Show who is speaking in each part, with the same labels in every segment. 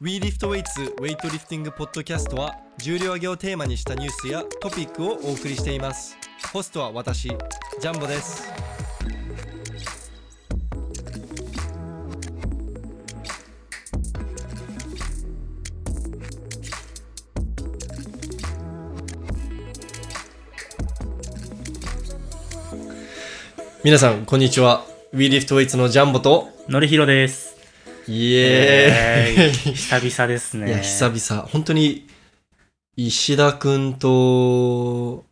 Speaker 1: We Lift Weights ウェイトリフティングポッドキャストは重量挙げをテーマにしたニュースやトピックをお送りしていますホストは私ジャンボです皆さんこんにちは We Lift Weights のジャンボと
Speaker 2: のりひろです。
Speaker 1: イエーイ、
Speaker 2: ーイ久々ですね。
Speaker 1: いや、久々。本当に、石田くんと、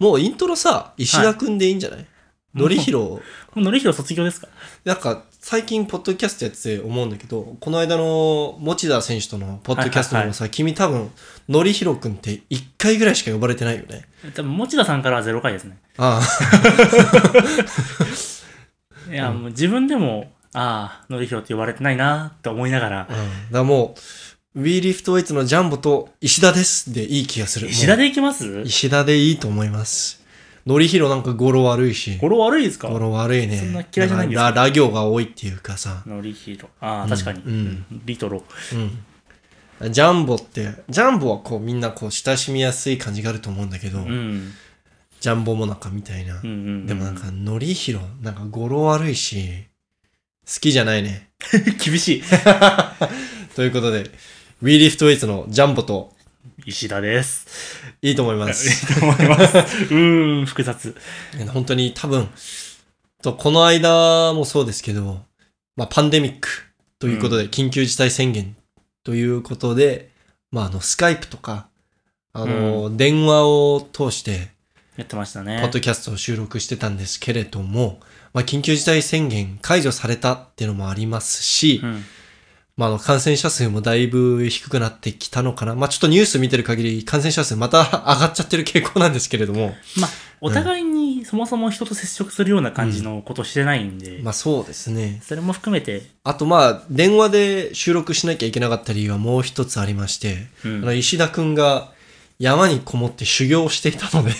Speaker 1: もうイントロさ、石田くんでいいんじゃない、のりひろ、
Speaker 2: もうのりひろ卒業ですか
Speaker 1: なんか最近ポッドキャストやってて思うんだけど、この間の持田選手とのポッドキャストでもさ、君多分、のりひろくんって1回ぐらいしか呼ばれてないよね。
Speaker 2: 多分、持田さんからは0回ですね。
Speaker 1: あ
Speaker 2: いや、もう自分でも、ああ、のりひろって呼ばれてないなって思いなが
Speaker 1: あ、う、ん。
Speaker 2: ら
Speaker 1: だからもう、We Lift Weights のジャンボと石田ですでいい気がする。
Speaker 2: 石田
Speaker 1: で
Speaker 2: で行きます
Speaker 1: 石田でいいと思います。のりひろなんか語呂悪いし。
Speaker 2: 語呂悪いですか
Speaker 1: 語呂悪いね。
Speaker 2: そんな嫌いじゃないんですか
Speaker 1: ララ行が多いっていうかさ。
Speaker 2: のりひろ。ああ、確かに。
Speaker 1: うん
Speaker 2: リトロ。
Speaker 1: うん。ジャンボって、ジャンボはこうみんなこう親しみやすい感じがあると思うんだけど、
Speaker 2: うん。
Speaker 1: ジャンボもなかみたいな。
Speaker 2: うんうん、うん。
Speaker 1: でもなん、か、のりひろ、なんか語呂悪いし、好きじゃない ね。
Speaker 2: 厳し い。
Speaker 1: ということで、We Lift Weights のジャンボと
Speaker 2: 石田です。
Speaker 1: いいと思います。
Speaker 2: いいと思 います。うーん、複雑。
Speaker 1: 本当に多分、とこの間もそうですけど、まあ、パンデミックということで、緊急事態宣言ということで、まあ、あの、スカイプとか、あの、電話を通して、
Speaker 2: やってました
Speaker 1: ポ
Speaker 2: ね。
Speaker 1: ッドキャストを収録してたんですけれども、まあ、緊急事態宣言解除されたっていうのもありますし、
Speaker 2: うん。
Speaker 1: まあ、あの、感染者数もだいぶ低くなってきたのかな。まあ、ちょっとニュース見てる限り、感染者数また上がっちゃってる傾向なんですけれども、
Speaker 2: まあ、お互いにそもそも人と接触するような感じのことしてないんで、
Speaker 1: まあ、そうですね。
Speaker 2: それも含めて、
Speaker 1: あとまあ、電話で収録しなきゃいけなかった理由はもう一つありまして、
Speaker 2: うん
Speaker 1: あの石田くんが山にこもって修行をしていたので、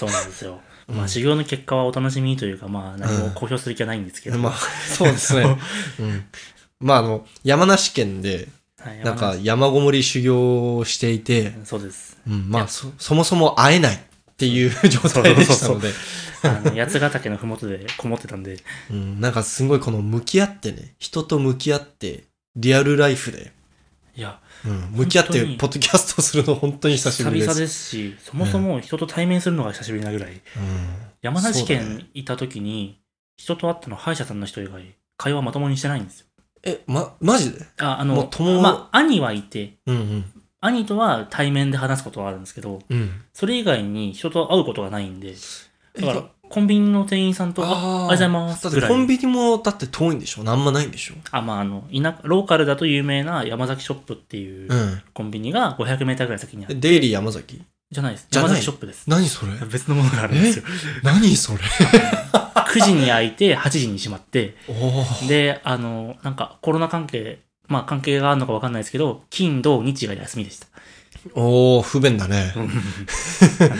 Speaker 2: そうなんですよ。
Speaker 1: うん
Speaker 2: まあ、修行の結果はお楽しみというか、まあ、何も公表する気はないんですけど。
Speaker 1: まあ、そうですね。 うん。まああの、山梨県で、
Speaker 2: はい
Speaker 1: なんか、山ごもり修行をしていて、
Speaker 2: まあそうです。
Speaker 1: うん、まあそ、そもそも会えないっていう 状態でしたので、
Speaker 2: あの、八ヶ岳のふもとでこもってたんで、
Speaker 1: うん、なんかすごいこの向き合ってね、人と向き合って、リアルライフで、
Speaker 2: いや、
Speaker 1: うん、向き合って
Speaker 2: 本当に
Speaker 1: ポッドキャストするの本当に久し
Speaker 2: 久
Speaker 1: ぶりです。
Speaker 2: 々ですし、そもそも人と対面するのが久しぶりなぐらい。
Speaker 1: うん
Speaker 2: 山梨
Speaker 1: そうだ
Speaker 2: 県いた時に、人と会ったの歯医者さんの人以外、会話まともにしてないんですよ。
Speaker 1: え、ま、マジで
Speaker 2: あ、あ
Speaker 1: も
Speaker 2: の
Speaker 1: う、友
Speaker 2: まあ、兄はいて、
Speaker 1: うんうん。
Speaker 2: 兄とは対面で話すことはあるんですけど、
Speaker 1: うん。
Speaker 2: それ以外に人と会うことがないんで、だ
Speaker 1: え
Speaker 2: から、コンビニの店員さんと、あ、おはようございます。
Speaker 1: だっ
Speaker 2: ぐ
Speaker 1: て
Speaker 2: らい
Speaker 1: コンビニもだって遠いんでしょあんまないんでしょ
Speaker 2: あ、まあ、あの、田舎、ローカルだと有名な山崎ショップっていう
Speaker 1: うん。
Speaker 2: コンビニが500メーターぐらい先にあ
Speaker 1: え
Speaker 2: る。
Speaker 1: デイリー山崎
Speaker 2: じゃないです。
Speaker 1: じゃない
Speaker 2: 山崎ショップです。
Speaker 1: 何それ
Speaker 2: 別のものがあるんですよ。
Speaker 1: 何それ
Speaker 2: 9時に開いて、8時に閉まって、
Speaker 1: おお。
Speaker 2: で、あの、なんかコロナ関係、まあ関係があるのかわかんないですけど、金、土、日が休みでした。
Speaker 1: おお、不便だね。
Speaker 2: なんで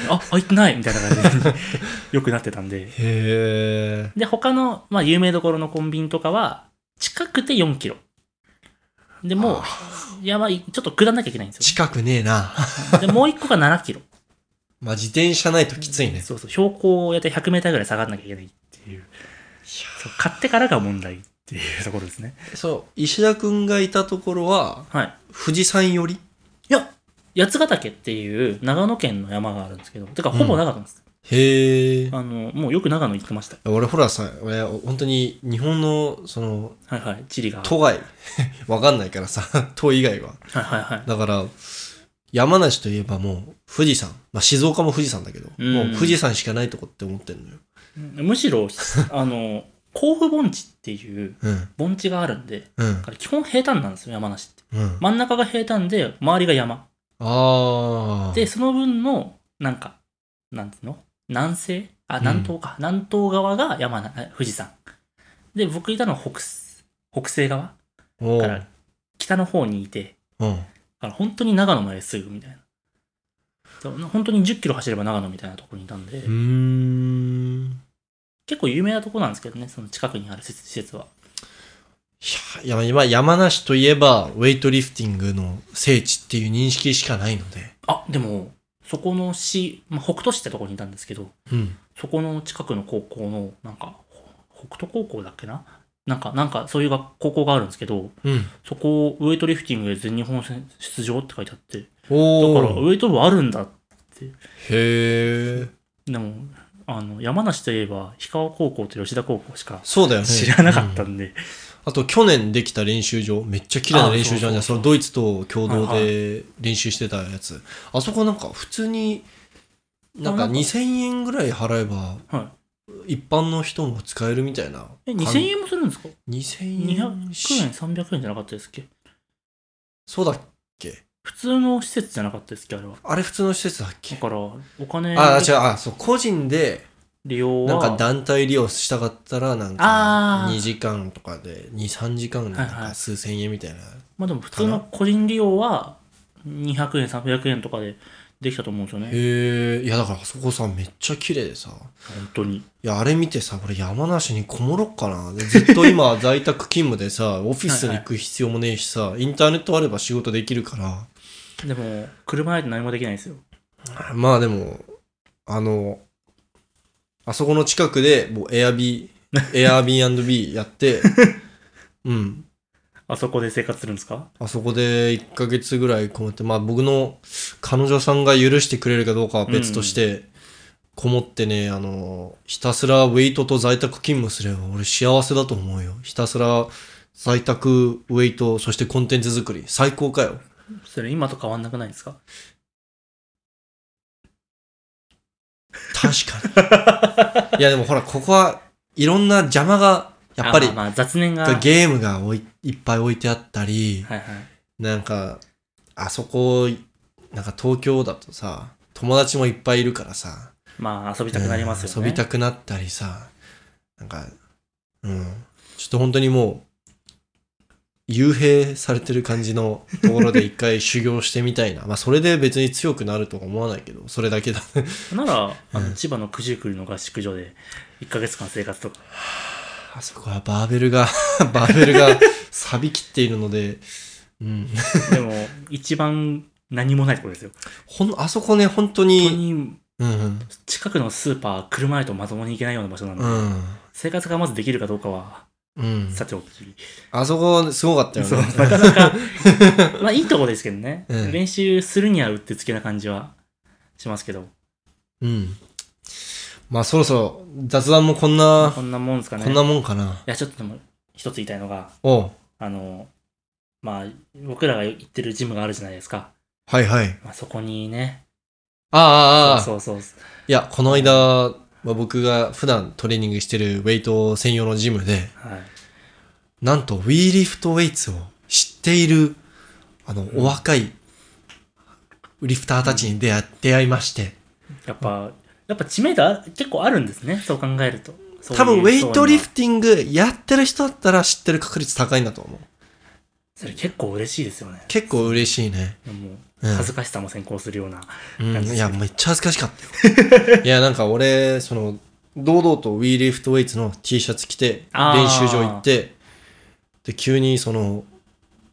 Speaker 2: あ、開いてないみたいな感じで、良くなってたんで。
Speaker 1: へえ。
Speaker 2: で、他の、まあ有名どころのコンビニとかは、近くて4キロ。で、もう、いやばい、ちょっと下んなきゃいけないんです
Speaker 1: 近くねえな。
Speaker 2: よ。で、もう一個が7キロ。
Speaker 1: まあ、自転車ないときついね。
Speaker 2: そうそう、標高をやって100メーターぐらい下がらなきゃいけないっていう。そう買ってからが問題っていうところですね。
Speaker 1: そう、石田くんがいたところは、
Speaker 2: はい。
Speaker 1: 富士山寄り
Speaker 2: いや、八ヶ岳っていう長野県の山があるんですけど、てかほぼ長野です。
Speaker 1: へえ。
Speaker 2: あの、もうよく長野行ってました。
Speaker 1: 俺ほらさ、俺本当に日本の、その、
Speaker 2: はいはい、地理が。
Speaker 1: 都外、 わかんないからさ、 都以外は。
Speaker 2: はいはいはい。
Speaker 1: だから、山梨といえばもう富士山。まあ、静岡も富士山だけど、
Speaker 2: うん
Speaker 1: もう富士山しかないとこって思ってんのよ。
Speaker 2: むしろ、 あの、甲府盆地っていう
Speaker 1: うん、
Speaker 2: 盆地があるんで、
Speaker 1: うん
Speaker 2: だ、から基本平坦なんですよ、山梨って。
Speaker 1: うん。
Speaker 2: 真ん中が平坦で、周りが山。
Speaker 1: ああ。
Speaker 2: で、、その分の、なんか、なんていうの南西あ、南東か。南東側が山な、え富士山。で、僕いたのは北す、北西側
Speaker 1: おう
Speaker 2: から北の方にいて、
Speaker 1: うん。
Speaker 2: だから本当に長野まですぐみたいな。そう本当に10キロ走れば長野みたいなとこにいたんで、
Speaker 1: うーん。
Speaker 2: 結構有名なとこなんですけどね、その近くにある施設施設は。
Speaker 1: いや、今、山梨といえば、ウェイトリフティングの聖地っていう認識しかないので。
Speaker 2: あ、でも、そこの市、まあ、北斗市ってとこにいたんですけど、
Speaker 1: うん。
Speaker 2: そこの近くの高校の、なんか、ほ北斗高校だっけななんか、なんか、そういうが高校があるんですけど、
Speaker 1: うん。
Speaker 2: そこ、ウェイトリフティングで全日本選出場って書いてあって、だ
Speaker 1: お
Speaker 2: から、
Speaker 1: ー。
Speaker 2: ウェイト部あるんだ。
Speaker 1: へー。
Speaker 2: でも、あの、山梨といえば、氷川高校と吉田高校しか
Speaker 1: そうだよね。
Speaker 2: 知らなかった
Speaker 1: うん
Speaker 2: んで、
Speaker 1: あと、去年できた練習場、めっちゃ綺麗な練習場じゃん。
Speaker 2: あ
Speaker 1: そ
Speaker 2: そうそうそう
Speaker 1: のドイツと共同
Speaker 2: はい
Speaker 1: で練習してたやつ。あそこなんか、普通に、なんか
Speaker 2: あなんか
Speaker 1: 2000円ぐらい払えば、
Speaker 2: は
Speaker 1: 一般の人も使えるみたいな。
Speaker 2: え、2000円もするんですか
Speaker 1: 2000
Speaker 2: ?200 円、
Speaker 1: 円し
Speaker 2: 300円じゃなかったですっけ
Speaker 1: そうだっけ
Speaker 2: 普通の施設じゃなかったですっけあれは。
Speaker 1: あれ普通の施設だっ
Speaker 2: だ
Speaker 1: け
Speaker 2: から、お金
Speaker 1: あ、違う、あ、そう、個人で、
Speaker 2: 利用
Speaker 1: なん
Speaker 2: は、
Speaker 1: か団体利用したかったら、なんか
Speaker 2: あ、ー
Speaker 1: 2時間とかで、2、3時間で、なん
Speaker 2: はいは
Speaker 1: か
Speaker 2: い
Speaker 1: 数千円みたいな。
Speaker 2: まあでも普通の個人利用は、200円、300円とかでできたと思うんですよね。
Speaker 1: へえ、いや、だからあそこさ、めっちゃ綺麗でさ、
Speaker 2: 本当に。
Speaker 1: いや、あれ見てさ、俺山梨にこもろっかな。でずっと今、在宅勤務でさ、オフィスに行く必要もねえしさ、インターネットあれば仕事できるから、
Speaker 2: でも、車ないと何もできないですよ。
Speaker 1: まあでも、あの、あそこの近くで、もう、エアビー、エアビー &B やって、うん、
Speaker 2: あそこで生活するんですか
Speaker 1: あそこで1ヶ月ぐらいこもって、まあ僕の彼女さんが許してくれるかどうかは別として、こもってね、あの、ひたすらウェイトと在宅勤務すれば俺幸せだと思うよ。ひたすら在宅、ウェイト、そしてコンテンツ作り。最高かよ。
Speaker 2: それ今と変わんなくないですか
Speaker 1: 確か に。いやでもほら、ここはいろんな邪魔が、やっぱり
Speaker 2: あ、まあまあ雑念が。はい
Speaker 1: ゲームがおいいっぱい置いてあったり、
Speaker 2: はい。
Speaker 1: なんか、あそこ、なんか東京だとさ、友達もいっぱいいるからさ、
Speaker 2: まあ遊びたくなりますよね。
Speaker 1: うん遊びたくなったりさ、なんか、うん。ちょっと本当にもう、幽閉されてる感じのところで一回修行してみたいな。まあそれで別に強くなるとか思わないけど、それだ けだね。
Speaker 2: なら、あの千葉の九十九里の合宿所で1ヶ月間生活とか。
Speaker 1: あそこはバーベルが、 バーベルが錆びきっているので、うん。
Speaker 2: でも、 一番何もないところですよ。
Speaker 1: ほん、あそこね、本当
Speaker 2: 本当
Speaker 1: に、
Speaker 2: に、
Speaker 1: うん
Speaker 2: 近くのスーパー、車へとまともに行けないような場所なんで、
Speaker 1: うん。うん。
Speaker 2: 生活がまずできるかどうかは、
Speaker 1: うん。
Speaker 2: さておき。
Speaker 1: あそこすごかったよ
Speaker 2: そう、
Speaker 1: ね。
Speaker 2: なかなか、 まあいいとこですけどね。
Speaker 1: うん
Speaker 2: 練習するにはうってつけな感じはしますけど、
Speaker 1: うん。まあそろそろ雑談もこんな
Speaker 2: こ、んなもんですかね。
Speaker 1: こん
Speaker 2: い
Speaker 1: なもんかな。
Speaker 2: や、ちょっとでも、一つ言いたいのが、
Speaker 1: おう
Speaker 2: あの、まあ、僕らが行ってるジムがあるじゃないですか。
Speaker 1: はいはい。
Speaker 2: まあ、そこにね、
Speaker 1: ああああ
Speaker 2: そうそうそう。
Speaker 1: いや、この間、まあ、僕が普段トレーニングしてるウェイト専用のジムで、
Speaker 2: はい。
Speaker 1: なんと w e リフトウェイツを知っている、あの、お若いリフターたちに出会,、出会いまして、
Speaker 2: やっぱ、やっぱ知名度あ結構あるんですね、そう考えると。そういう
Speaker 1: 多分ウェイトリフ
Speaker 2: 層には
Speaker 1: ティングやってる人だったら知ってる確率高いんだと思う。
Speaker 2: それ結構嬉しいですよね。
Speaker 1: 結構嬉しいね。
Speaker 2: もう、
Speaker 1: うん
Speaker 2: 恥ずかしさも先行するような。
Speaker 1: うん、
Speaker 2: 感じ
Speaker 1: いや、めっちゃ恥ずかしかったよ。いや、なんか俺、その、堂々と We Lift Weights の T シャツ着て、
Speaker 2: あー
Speaker 1: 練習場行って、で、急にその、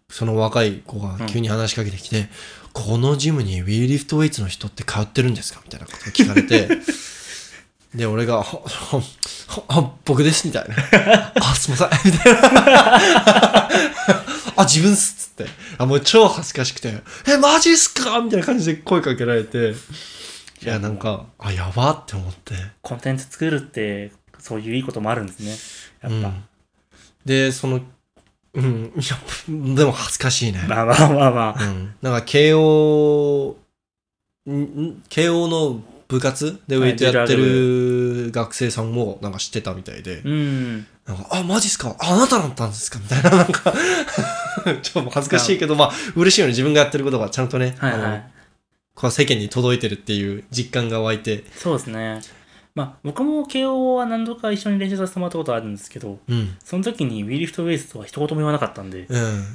Speaker 1: その若い子が急に話しかけてきて、このジムに We Lift Weights の人って通ってるんですかみたいなことを聞かれ て、で、俺が、ほほほあ、僕です、みたいな。あ、すいません、みたいな。あ、自分っす、つって。あ、もう超恥ずかしくて、え、マジっすかみたいな感じで声かけられて、いや、なんか、あ、やばって思って。
Speaker 2: コンテンツ作るって、そういういいこともあるんですね。やっぱ。
Speaker 1: うんで、その、うん、いや、でも恥ずかしいね。
Speaker 2: まあまあまあまあ。
Speaker 1: うん。なんか、慶応、んん慶応の部活でウェイトやってる学生さんも、なんか知ってたみたいで
Speaker 2: う、ん。
Speaker 1: なんか、あ、マジっすかああなただったんですかみたいな、なんか、 ちょっと恥ずかしいけど、まあ、嬉しいよね。自分がやってることがちゃんとね、
Speaker 2: はい
Speaker 1: あ
Speaker 2: は
Speaker 1: の
Speaker 2: い。
Speaker 1: こう世間に届いてるっていう実感が湧いて、
Speaker 2: そうですね。まあ、僕も慶応は何度か一緒に練習させてもらったことあるんですけど、
Speaker 1: うん。
Speaker 2: その時に We Lift Waste は一言も言わなかったんで、
Speaker 1: うん。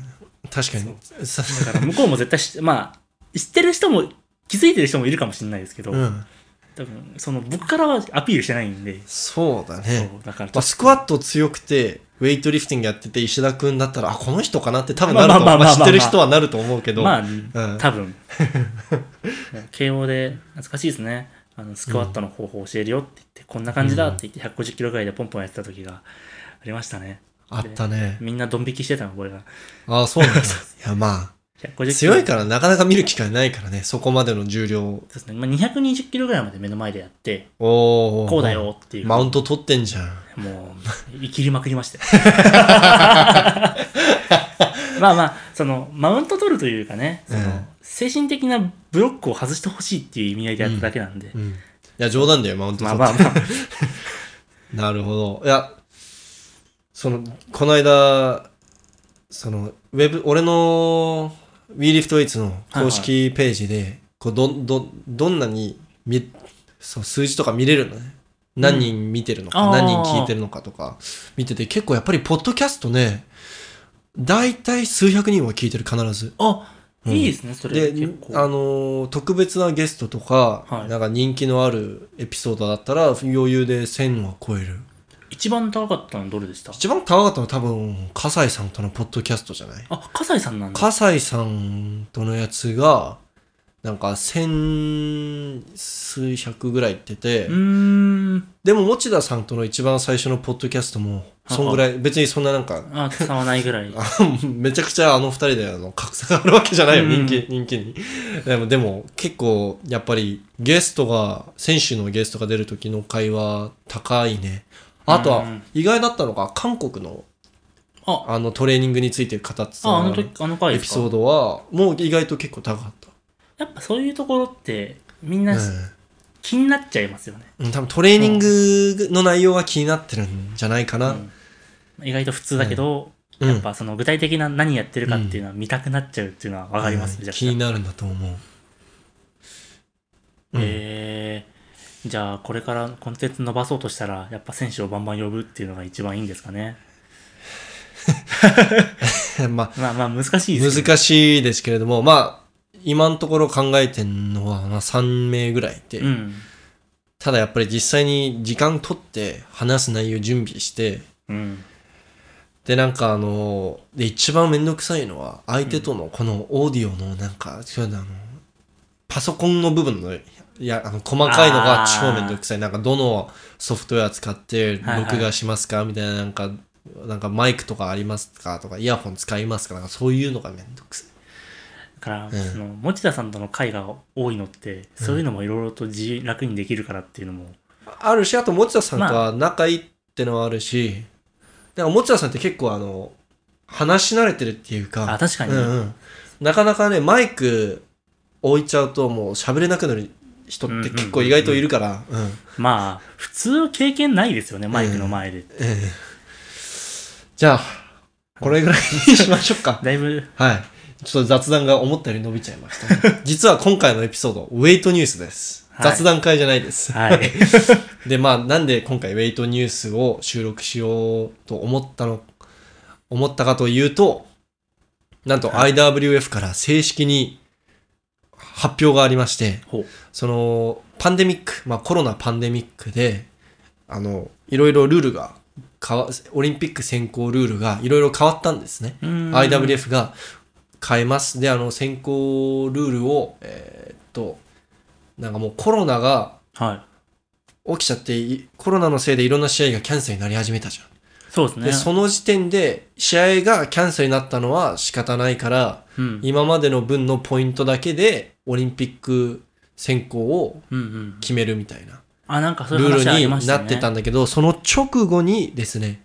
Speaker 1: 確かに。さ
Speaker 2: だから向こうも絶対し、まあ、知ってる人も、気づいてる人もいるかもしれないですけど、
Speaker 1: うん。
Speaker 2: 多分、その、僕からはアピールしてないんで。
Speaker 1: そうだ
Speaker 2: そ
Speaker 1: ね。
Speaker 2: う、だから
Speaker 1: まあ、スクワット強くて、ウェイトリフティングやってて、石田くんだったら、あ、この人かなって多分なると、
Speaker 2: まあまあまあまあ
Speaker 1: まあ知ってる人はなると思うけど、
Speaker 2: まあ、
Speaker 1: うん
Speaker 2: 多 分。慶応で、懐かしいですね。あの、スクワットの方法教えるよって言って、こんな感じだって言って、150キロぐらいでポンポンやってた時がありましたね。
Speaker 1: あったね。
Speaker 2: みんなドン引きしてたの、これが。
Speaker 1: ああ、そう なんだ。いや、ま
Speaker 2: 150キ
Speaker 1: あ、
Speaker 2: ロ。
Speaker 1: 強いからなかなか見る機会ないからね、そこまでの重量を。
Speaker 2: そうですね。まあ、220キロぐらいまで目の前でやって、
Speaker 1: おー
Speaker 2: こうだ。よっていう。
Speaker 1: マウント取ってんじゃん。
Speaker 2: もう、生きりまくり ましたよ。まあまあ、その、マウント取るというかね、その
Speaker 1: うん
Speaker 2: 精神的なブロックを外してほしいっていう意味合いでやっただけなんで。
Speaker 1: うん。いや、冗談だよ、マウント
Speaker 2: ま
Speaker 1: 取
Speaker 2: あ
Speaker 1: って。
Speaker 2: まあまあ、
Speaker 1: なるほど。いや、その、この間、その、ウェブ、俺の WeLiftWeights の公式ページで、こうどん、どん、どんなに見、そう、数字とか見れるのね。何人見てるのか、
Speaker 2: あー
Speaker 1: 何人聞いてるのかとか、見てて、結構やっぱり、ポッドキャストね、大体数百人は聞いてる、必ず。
Speaker 2: あ、
Speaker 1: うん
Speaker 2: いいですね、そ
Speaker 1: で
Speaker 2: れ結
Speaker 1: あの
Speaker 2: 構。
Speaker 1: ー特別なゲストとか、
Speaker 2: はい
Speaker 1: なんか人気のあるエピソードだったら余裕で1000は超える
Speaker 2: 一番高かったのどれでした
Speaker 1: 一番高かったのは多分笠西さんとのポッドキャストじゃない
Speaker 2: あ、笠井さんなんだ。
Speaker 1: 笠西さんとのやつがなんか千数百ぐらい言ってて
Speaker 2: うーん。
Speaker 1: でも持田さんとの一番最初のポッドキャストもそんぐらい別にそんななんか
Speaker 2: あ、伝わないぐらい。
Speaker 1: あめちゃくちゃあの二人であの格差があるわけじゃないよ、
Speaker 2: うん
Speaker 1: 人気、人気に。でも、でも結構、やっぱりゲストが、選手のゲストが出る時の会話高いね。あとは
Speaker 2: うん、
Speaker 1: 意外だったのが、韓国の、
Speaker 2: あ
Speaker 1: あのトレーニングについて語ってた
Speaker 2: あ、あの時、あの回
Speaker 1: エ
Speaker 2: で
Speaker 1: ピ
Speaker 2: す
Speaker 1: ソー
Speaker 2: か。
Speaker 1: ドは、もう意外と結構高かった。
Speaker 2: やっぱそういうところって、みんな
Speaker 1: う
Speaker 2: 気になっちゃいますよね。
Speaker 1: ん。多分トレーニングの内容が気になってるんじゃないかな。
Speaker 2: うん、意外と普通だけど、
Speaker 1: うん
Speaker 2: やっぱその具体的な何やってるかっていうのは見たくなっちゃうっていうのは分かります、
Speaker 1: うん
Speaker 2: じゃあ
Speaker 1: 気になるんだと思う。 うん
Speaker 2: えーじゃあこれからコンテンツ伸ばそうとしたらやっぱ選手をバンバン呼ぶっていうのが一番いいんですかね
Speaker 1: まあ、
Speaker 2: まあまあ難しいですけど
Speaker 1: 難しいですけれども、まあ、今のところ考えてるのは、まあ、3名ぐらいいて、
Speaker 2: うん
Speaker 1: ただやっぱり実際に時間取って話す内容準備して、
Speaker 2: うん
Speaker 1: で、なんかあの、で、一番めんどくさいのは、相手とのこのオーディオのなんか、そういうのあの、パソコンの部分の、いや、あの、細かいのが
Speaker 2: あ
Speaker 1: 超
Speaker 2: ー
Speaker 1: めんどくさい。なんか、どのソフトウェア使って
Speaker 2: はいはい
Speaker 1: 録画しますかみたいな、なんか、なんかマイクとかありますかとか、イヤホン使いますかなんか、そういうのがめんどくさい。
Speaker 2: だから、
Speaker 1: ん
Speaker 2: その持田さんとの会が多いのってそういうのもいろいろと自由楽にできるからっていうのも
Speaker 1: あるし、あと、持田さんとは仲いいってのはあるし、だから持田さんって結構あの、話し慣れてるっていうか、
Speaker 2: あ確かに、
Speaker 1: うんうん、なかなかね、マイク置いちゃうともう喋れなくなる人って結構意外といるから、うん
Speaker 2: まあ普通経験ないですよねマイクの前で、
Speaker 1: ええじゃあ、これぐらいにしましょうか。
Speaker 2: だいぶ
Speaker 1: はい。ちょっと雑談が思ったより伸びちゃいました、実は今回のエピソード、ウェイトニュースです。
Speaker 2: はい
Speaker 1: 雑談会じゃないです。
Speaker 2: はい
Speaker 1: でまあなんで今回ウェイトニュースを収録しようと思ったの思ったかというとなんと
Speaker 2: は
Speaker 1: IWF から正式に発表がありまして
Speaker 2: ほう
Speaker 1: そのパンデミック、まあ、コロナパンデミックであのいろいろルールが変わオリンピック選考ルールがいろいろ変わったんですね。
Speaker 2: うーん
Speaker 1: IWF が変えます。で、あの、選考ルールを、えーっと、なんかもうコロナが
Speaker 2: はい
Speaker 1: 起きちゃってい、コロナのせいでいろんな試合がキャンセルになり始めたじゃ
Speaker 2: そうです
Speaker 1: ん。
Speaker 2: ね
Speaker 1: で、その時点で、試合がキャンセルになったのは仕方ないから、
Speaker 2: うん
Speaker 1: 今までの分のポイントだけで、オリンピック選考を
Speaker 2: うんうん
Speaker 1: 決めるみたいな、
Speaker 2: あ、なんかそういう
Speaker 1: ル
Speaker 2: 話あ
Speaker 1: ー
Speaker 2: り
Speaker 1: ル
Speaker 2: ま
Speaker 1: に
Speaker 2: し
Speaker 1: な
Speaker 2: た、ね、
Speaker 1: ってたんだけど、その直後にですね、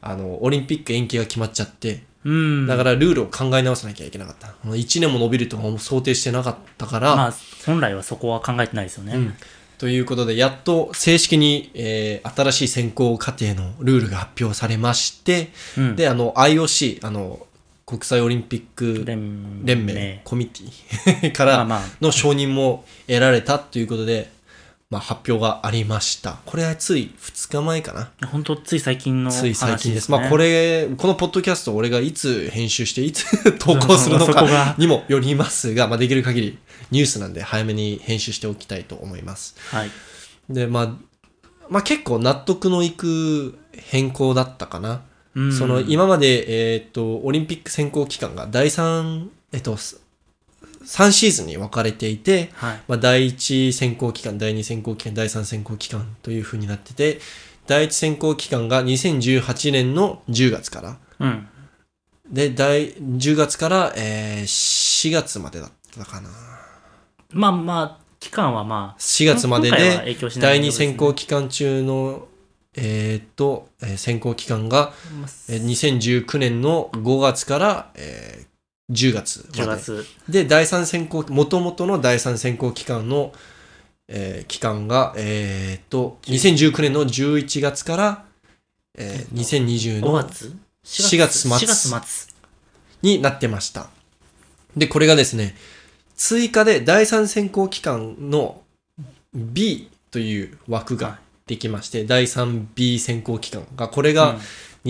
Speaker 1: あの、オリンピック延期が決まっちゃって、
Speaker 2: うん。、
Speaker 1: だかららルールを考え直さなきゃいけなかった。この1年も伸びるとは想定してなかったから、
Speaker 2: まあ、本来はそこは考えてないですよね。
Speaker 1: うんということで、やっと正式に、えー新しい選考過程のルールが発表されまして、
Speaker 2: うん
Speaker 1: で、あの、IOC、あの、国際オリンピック
Speaker 2: 連
Speaker 1: 連盟、コミティ か
Speaker 2: まあ
Speaker 1: ら
Speaker 2: まあ、
Speaker 1: の承認も得られたということで、まあ、発表がありました。これはつい2日前かな。
Speaker 2: 本当つい最近の話
Speaker 1: つい最近です。
Speaker 2: ね
Speaker 1: まあ、これ、このポッドキャストを俺がいつ編集して、いつ投稿するの
Speaker 2: そこ
Speaker 1: か
Speaker 2: が、
Speaker 1: にもよりますが、まあ、できる限りニュースなんで早めに編集しておきたいと思います。
Speaker 2: はい、
Speaker 1: で、まあ、まあ、結構納得のいく変更だったかな。
Speaker 2: うん
Speaker 1: その今まで、えーっとオリンピック選考期間が第 3,、えっと、す3シーズンに分かれていて、
Speaker 2: はい
Speaker 1: まあ、第1選考期間第2選考期間第3選考期間というふうになってて第1選考期間が2018年の10月から
Speaker 2: うん
Speaker 1: で第10月から、えー4月までだったかな
Speaker 2: まあまあ期間はまあ
Speaker 1: 4月まで
Speaker 2: 今回は
Speaker 1: で
Speaker 2: 影響しない
Speaker 1: 第2選考期間中のえーっと、えー選考期間が
Speaker 2: 間、まあ
Speaker 1: えー2019年の5月から、えー10月
Speaker 2: 10
Speaker 1: まで
Speaker 2: 月
Speaker 1: で第3選考もともとの第3選考期間の、えー期間が、えーっと2019年の11月から、えー2020
Speaker 2: 5
Speaker 1: の
Speaker 2: 月
Speaker 1: 4月末
Speaker 2: 4月末
Speaker 1: になってましたでこれがですね追加で第3選考期間の B という枠
Speaker 2: はい
Speaker 1: ができまして、第 3B 選考期間がこれが、
Speaker 2: うん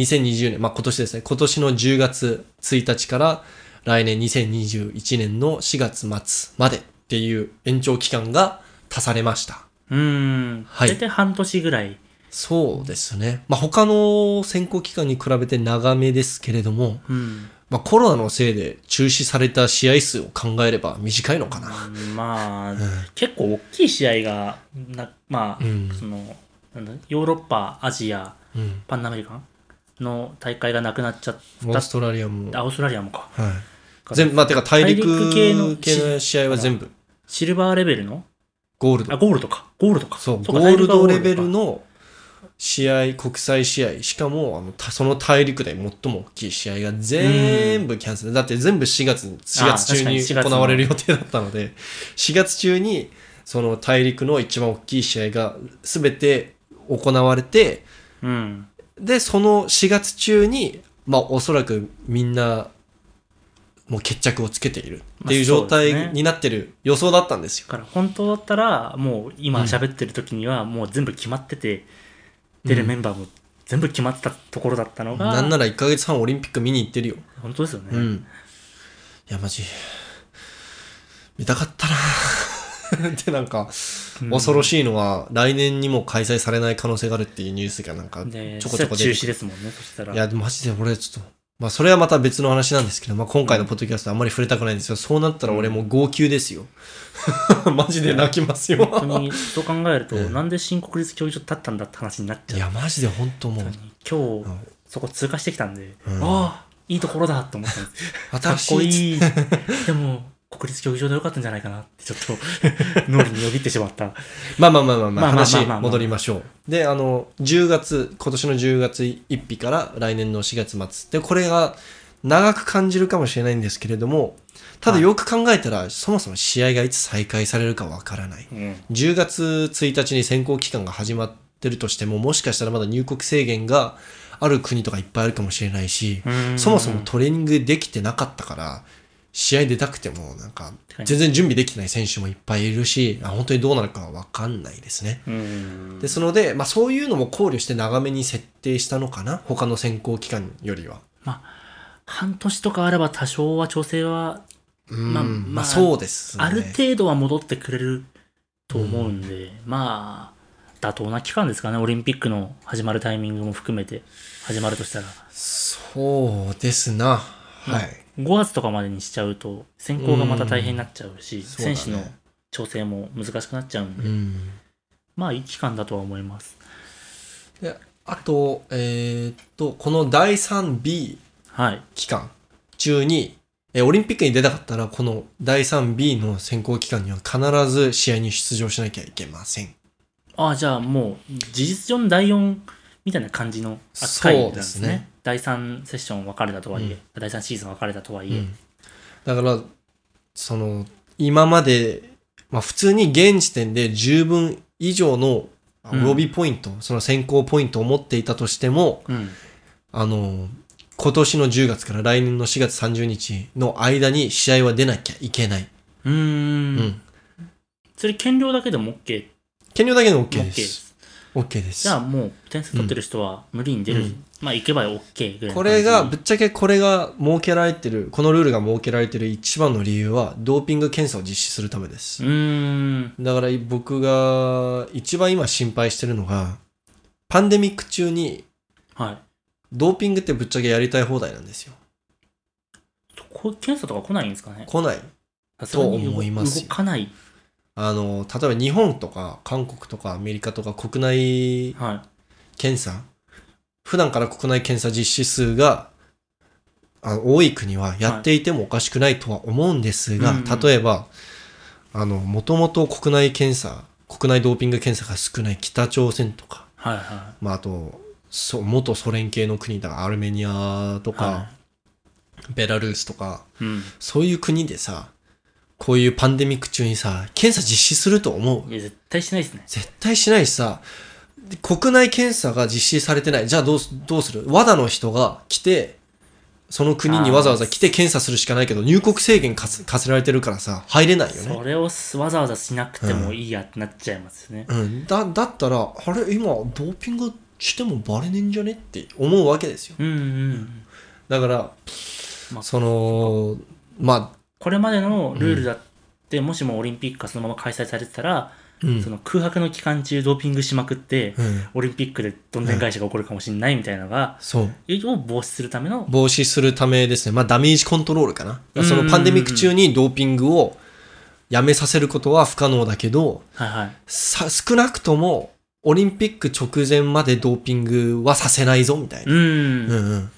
Speaker 1: 2020年、まあ、今年ですね、今年の10月1日から来年2021年の4月末までっていう延長期間が足されました。
Speaker 2: うーん、
Speaker 1: はい
Speaker 2: 大体半年ぐらい。
Speaker 1: そうですね。まあ、他の選考期間に比べて長めですけれども、
Speaker 2: うん、
Speaker 1: まあ、コロナのせいで中止された試合数を考えれば短いのかな。
Speaker 2: まあ、
Speaker 1: うん
Speaker 2: 結構大きい試合が、なまあ、
Speaker 1: うん
Speaker 2: そのなんだヨーロッパ、アジア、
Speaker 1: うん。
Speaker 2: パンアメリカンの大会がなくなっちゃっ
Speaker 1: オーストラリアも。
Speaker 2: た、
Speaker 1: は
Speaker 2: オーストラリアもか。
Speaker 1: い。全部、まあ、てか大陸
Speaker 2: 大
Speaker 1: 系
Speaker 2: 陸系の
Speaker 1: の試合は全部
Speaker 2: シルバーレベルの、
Speaker 1: ゴールド
Speaker 2: あ、。ゴールドか、ゴールドか。
Speaker 1: そう、
Speaker 2: か
Speaker 1: ゴールドレベル。
Speaker 2: 大陸はゴールドか
Speaker 1: の試合、国際試合、しかもあのたその大陸で最も大きい試合が全部キャンセル。だって全部4月、4月中に
Speaker 2: 確かに4月の
Speaker 1: 行われる予定だったので、4月中にその大陸の一番大きい試合が全て行われて、
Speaker 2: うん、
Speaker 1: で、その4月中に、まあおそらくみんな、もう決着をつけているっていう状
Speaker 2: まあそうです
Speaker 1: 態
Speaker 2: ね
Speaker 1: になってる予想だったんですよ
Speaker 2: だ。から本当だったら、もう今喋ってる時には、もう全部決まってて、出るメンバーも全部決まってたところだったのが、
Speaker 1: なんなら1ヶ月半オリンピック見に行ってるよ。
Speaker 2: 本当ですよね。
Speaker 1: うん。いや、マジ。見たかったな ってなんか、
Speaker 2: うん
Speaker 1: 恐ろしいのは、来年にも開催されない可能性があるっていうニュースがなんか、
Speaker 2: で、
Speaker 1: ちょこちょこ
Speaker 2: そ
Speaker 1: 出て
Speaker 2: したら中止
Speaker 1: き
Speaker 2: で
Speaker 1: て
Speaker 2: すもんね、そしたら。
Speaker 1: いや、マジで俺ちょっと、まあそれはまた別の話なんですけど、まあ今回のポッドキャストあんまり触れたくないんですよ。そうなったら俺もう号泣です よ。マジで泣きますよ。
Speaker 2: 本当に、そう考えると、
Speaker 1: うん
Speaker 2: なんで新国立競技場立ったんだって話になっち
Speaker 1: い
Speaker 2: ゃう。
Speaker 1: や、マジで本当もう
Speaker 2: 本、当に今
Speaker 1: う
Speaker 2: 日
Speaker 1: ん、
Speaker 2: そこ通過してきたんで、
Speaker 1: うん
Speaker 2: ああ、いいところだと思ったんです。か
Speaker 1: 新
Speaker 2: っこ
Speaker 1: しい。
Speaker 2: いい。 でも、国立競技場でよかったんじゃないかなって、ちょっと 脳裏によぎってしまった。
Speaker 1: まあまあまあまあまあ、
Speaker 2: まあまあまあまあ
Speaker 1: 話戻りましょう。で、あの、10月、今年の10月1日から来年の4月末。で、これが長く感じるかもしれないんですけれども、ただ
Speaker 2: はい
Speaker 1: よく考えたら、そもそも試合がいつ再開されるかわからない。
Speaker 2: うん。
Speaker 1: 10月1日に選考期間が始まってるとしても、もしかしたらまだ入国制限がある国とかいっぱいあるかもしれないし、
Speaker 2: うん
Speaker 1: そもそもトレーニングできてなかったから、試合出たくても、なんか
Speaker 2: 確か、に
Speaker 1: 全然準備できてない選手もいっぱいいるし、あ本当にどうなるかはわかんないですね。
Speaker 2: うん。
Speaker 1: ですので、まあそういうのも考慮して長めに設定したのかな他の選考期間よりは。
Speaker 2: 半年とかあれば多少は調整は、
Speaker 1: うん、
Speaker 2: ま
Speaker 1: ま
Speaker 2: あ
Speaker 1: あ、
Speaker 2: まあ
Speaker 1: そうですね。
Speaker 2: ある程度は戻ってくれると思うんで、まあ、妥当な期間ですかね、オリンピックの始まるタイミングも含めて、始まるとしたら。
Speaker 1: そうですな。はい。
Speaker 2: 5月とかまでにしちゃうと選考がまた大変になっちゃうし、
Speaker 1: そうだ
Speaker 2: 選
Speaker 1: ね
Speaker 2: 手の調整も難しくなっちゃうん
Speaker 1: う
Speaker 2: で、
Speaker 1: ん。
Speaker 2: まあいい期間だとは思います
Speaker 1: で、あと、えーっと、この第 3B
Speaker 2: はい
Speaker 1: 期間中に、えーオリンピックに出たかったら、この第 3B の選考期間には必ず試合に出場しなきゃいけません。
Speaker 2: ああじゃあもう事実上の第4みたいな感じの扱いなんで
Speaker 1: そ
Speaker 2: す
Speaker 1: う
Speaker 2: ね
Speaker 1: ですね
Speaker 2: 第3セッション分かれたとはいえ、
Speaker 1: うん
Speaker 2: 第3シーズン分かれたとはいうえ、
Speaker 1: ん、だから、その、今まで、まあ普通に現時点で十分以上のあ
Speaker 2: うん
Speaker 1: ロビーポイント、その選考ポイントを持っていたとしても、
Speaker 2: うん
Speaker 1: あの、今年の10月から来年の4月30日の間に試合は出なきゃいけない。
Speaker 2: うーん
Speaker 1: うん。
Speaker 2: それ減量だけでも OK って
Speaker 1: 兼領だけでも OK
Speaker 2: もう
Speaker 1: で。
Speaker 2: OK ですす。
Speaker 1: OK です。
Speaker 2: じゃあもう点数取ってる人は無理に出る、
Speaker 1: うん
Speaker 2: まあ行けば OK ぐらいの感じ
Speaker 1: これが、ぶっちゃけこれが設けられてる、このルールが設けられてる一番の理由は、ドーピング検査を実施するためで
Speaker 2: う
Speaker 1: す。
Speaker 2: ーん
Speaker 1: だから僕が一番今心配してるのが、パンデミック中に
Speaker 2: はい
Speaker 1: ドーピングってぶっちゃけやりたい放題なんですよ。
Speaker 2: こう検査とか来ないんですかね
Speaker 1: 来ない。
Speaker 2: さすがに
Speaker 1: と思いますよ
Speaker 2: 動かない
Speaker 1: あの、例えば日本とか韓国とかアメリカとか国内
Speaker 2: は
Speaker 1: 検査、普段から国内検査実施数があの多い国はやっていてもおかしくないとは思うんですが、
Speaker 2: うんうん
Speaker 1: 例えば、あの、もともと国内検査、国内ドーピング検査が少ない北朝鮮とか
Speaker 2: い、はいは
Speaker 1: まあ、あと、そう元ソ連系の国だ、アルメニアと
Speaker 2: い
Speaker 1: か、
Speaker 2: は
Speaker 1: ベラルースとか、
Speaker 2: いうん
Speaker 1: そういう国でさ、こういうパンデミック中にさ、検査実施すると思う
Speaker 2: いや絶対しないですね
Speaker 1: 絶対しないしさ、で国内検査が実施されてない。じゃあどうすどうする ?WADA の人が来て、その国にわざわざ来て検査するしかないけど、入国制限課せ課せられてるからさ、入れないよね
Speaker 2: そ。れをすわざわざしなくてもいいやってなっちゃいますね、
Speaker 1: うん、だだったら、あれ、今、ドーピングしてもバレねえんじゃねって思うわけですよ。
Speaker 2: うん、うんうん
Speaker 1: だから、
Speaker 2: まあ
Speaker 1: その、まあ、
Speaker 2: これまでのルールだって、もしもオリンピックがそのまま開催されてたら、
Speaker 1: うん
Speaker 2: その空白の期間中ドーピングしまくって、
Speaker 1: うん、
Speaker 2: オリンピックでどんでん返しが起こるかもしれないみたいなのが、
Speaker 1: そう。
Speaker 2: 影響を防止するための、
Speaker 1: 防止するためですね、まあ、ダメージコントロールかな、
Speaker 2: うん
Speaker 1: そのパンデミック中にドーピングをやめさせることは不可能だけど、
Speaker 2: はいはい。
Speaker 1: さ少なくともオリンピック直前までドーピングはさせないぞみたいな。
Speaker 2: うん。
Speaker 1: うんうん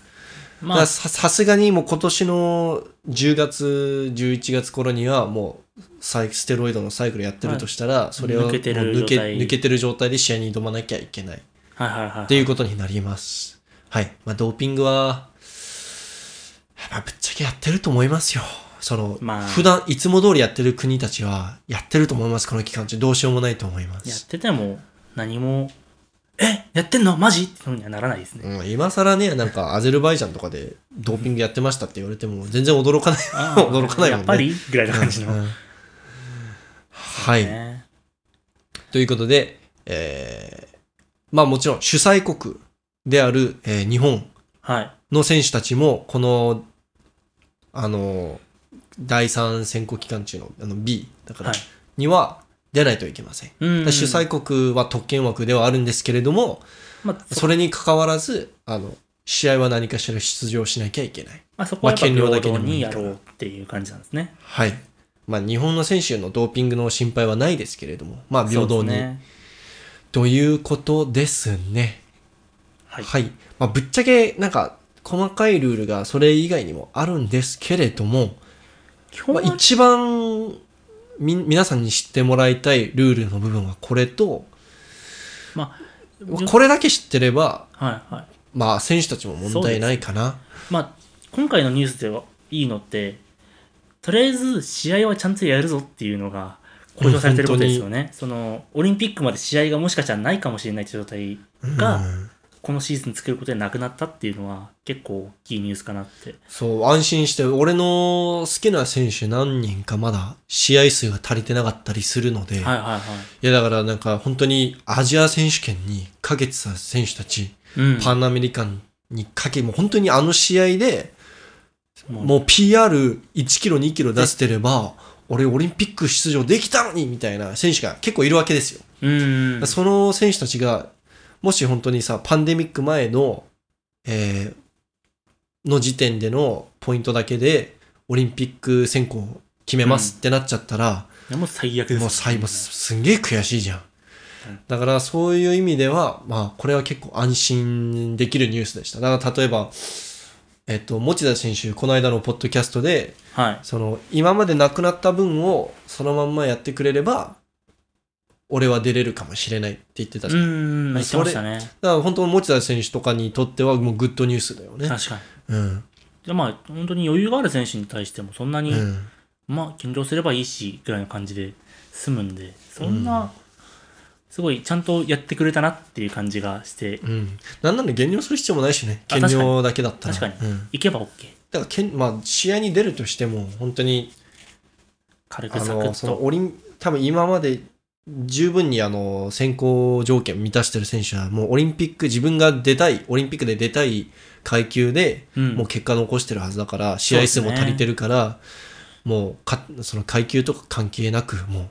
Speaker 1: だ
Speaker 2: ま
Speaker 1: か
Speaker 2: あ
Speaker 1: ら、ささすがにもう今年の10月、11月頃にはもうサイステロイドのサイクルやってるとしたら、それを
Speaker 2: 抜けてる
Speaker 1: もう抜け
Speaker 2: 状態
Speaker 1: 抜けてる状態で試合に挑まなきゃいけない。
Speaker 2: はいはいはい。
Speaker 1: っていうことになります。はい。まあ、ドーピングは、まあ、ぶっちゃけやってると思いますよ。その、
Speaker 2: まあ
Speaker 1: 普段、いつも通りやってる国たちは、やってると思います。この期間中、どうしようもないと思いま
Speaker 2: やっ
Speaker 1: す。
Speaker 2: てても、何も、えやってんのマジってふうにはならないですね。
Speaker 1: うん、今更ね、なんか、アゼルバイジャンとかで、ドーピングやってましたって言われても、全然驚かない。
Speaker 2: あ ー
Speaker 1: 驚かないもんね。
Speaker 2: やっぱりぐらいの感じ
Speaker 1: う
Speaker 2: の。
Speaker 1: んはい。
Speaker 2: ね
Speaker 1: ということで、えー、まあもちろん、主催国である、えー日本
Speaker 2: はい。
Speaker 1: の選手たちも、この、あの、第3選考期間中のあの B だから、
Speaker 2: はい。
Speaker 1: には出ないといけません。
Speaker 2: うん
Speaker 1: 主催国は特権枠ではあるんですけれども、
Speaker 2: まあ、そ
Speaker 1: それに関わらず、あの、試合は何かしら出場しなきゃいけない。
Speaker 2: まあ、そこはやっぱ
Speaker 1: まあ
Speaker 2: 平
Speaker 1: 権利だけで
Speaker 2: 等
Speaker 1: もい
Speaker 2: に
Speaker 1: い
Speaker 2: や
Speaker 1: から
Speaker 2: ろうっていう感じなんですね。
Speaker 1: はい。まあ、日本の選手のドーピングの心配はないですけれども、まあ、平
Speaker 2: そ
Speaker 1: 等
Speaker 2: う
Speaker 1: に。
Speaker 2: ですね。
Speaker 1: ということですね。
Speaker 2: はい。
Speaker 1: はい。まあ、ぶっちゃけ、なんか、細かいルールがそれ以外にもあるんですけれども、
Speaker 2: 基本
Speaker 1: ま
Speaker 2: は
Speaker 1: あ、一番み皆さんに知ってもらいたいルールの部分はこれと、
Speaker 2: ま
Speaker 1: まあこれだけ知ってれば、
Speaker 2: はいはい。
Speaker 1: まあ、選手たちも問題ないかな。
Speaker 2: まあ、今回のニュースではいいのって、とりあえず試合はちゃんとやるぞっていうのが公表されてることですよね。その、オリンピックまで試合がもしかしたらないかもしれないという状態が、
Speaker 1: うん
Speaker 2: このシーズン作ることでなくなったっていうのは、結構大きいニュースかなって。
Speaker 1: そう、安心して、俺の好きな選手何人かまだ試合数が足りてなかったりするので、
Speaker 2: はいはいはい
Speaker 1: やだからなんか本当にアジア選手権にかけてた選手たち、
Speaker 2: い。うん。
Speaker 1: パンアメリカンにかけ、もう本当にあの試合で、
Speaker 2: もう
Speaker 1: もう PR1 キロ2キロ出してれば、俺オリンピック出場できたのにみたいな選手が結構いるわけですよ。
Speaker 2: うん。
Speaker 1: その選手たちが、もし本当にさ、パンデミック前の、えーの時点でのポイントだけで、オリンピック選考を決めますってなっちゃったら、
Speaker 2: いやもう最悪です。
Speaker 1: もう最後すすんげえ悔しいじゃん
Speaker 2: うん。
Speaker 1: だからそういう意味では、まあこれは結構安心できるニュースでした。だから例えば、えっと、持田選手、この間のポッドキャストで、
Speaker 2: はい。
Speaker 1: その今までなくなった分をそのまんまやってくれれば俺は出れるかもしれないって言ってたじ
Speaker 2: う
Speaker 1: ゃん、
Speaker 2: ん。言ってました
Speaker 1: だ
Speaker 2: ね。
Speaker 1: から本当持田選手とかにとってはもうグッドニュースだよね
Speaker 2: 確かに。
Speaker 1: うん
Speaker 2: でまあ、本当に余裕がある選手に対しても、そんな
Speaker 1: う
Speaker 2: に、
Speaker 1: ん
Speaker 2: まあ、緊張すればいいし、ぐらいの感じで済むんで、そんな、
Speaker 1: うん
Speaker 2: すごい、ちゃんとやってくれたなっていう感じがして、
Speaker 1: うんなんなら減量する必要もないしね
Speaker 2: あ
Speaker 1: 減量だけだったら
Speaker 2: 確かに
Speaker 1: うん、
Speaker 2: 行けば OK。
Speaker 1: だからけん、まあ、試合に出るとしても本当に
Speaker 2: 軽
Speaker 1: あ
Speaker 2: くサク
Speaker 1: の
Speaker 2: ッ
Speaker 1: その
Speaker 2: と。
Speaker 1: オリン多分今まで十分にあの選考条件満たしてる選手はもうオリンピック自分が出たいオリンピックで出たい階級で
Speaker 2: うん
Speaker 1: もう結果残してるはずだから、試合数も足りてるからもうかその階級とか関係なくも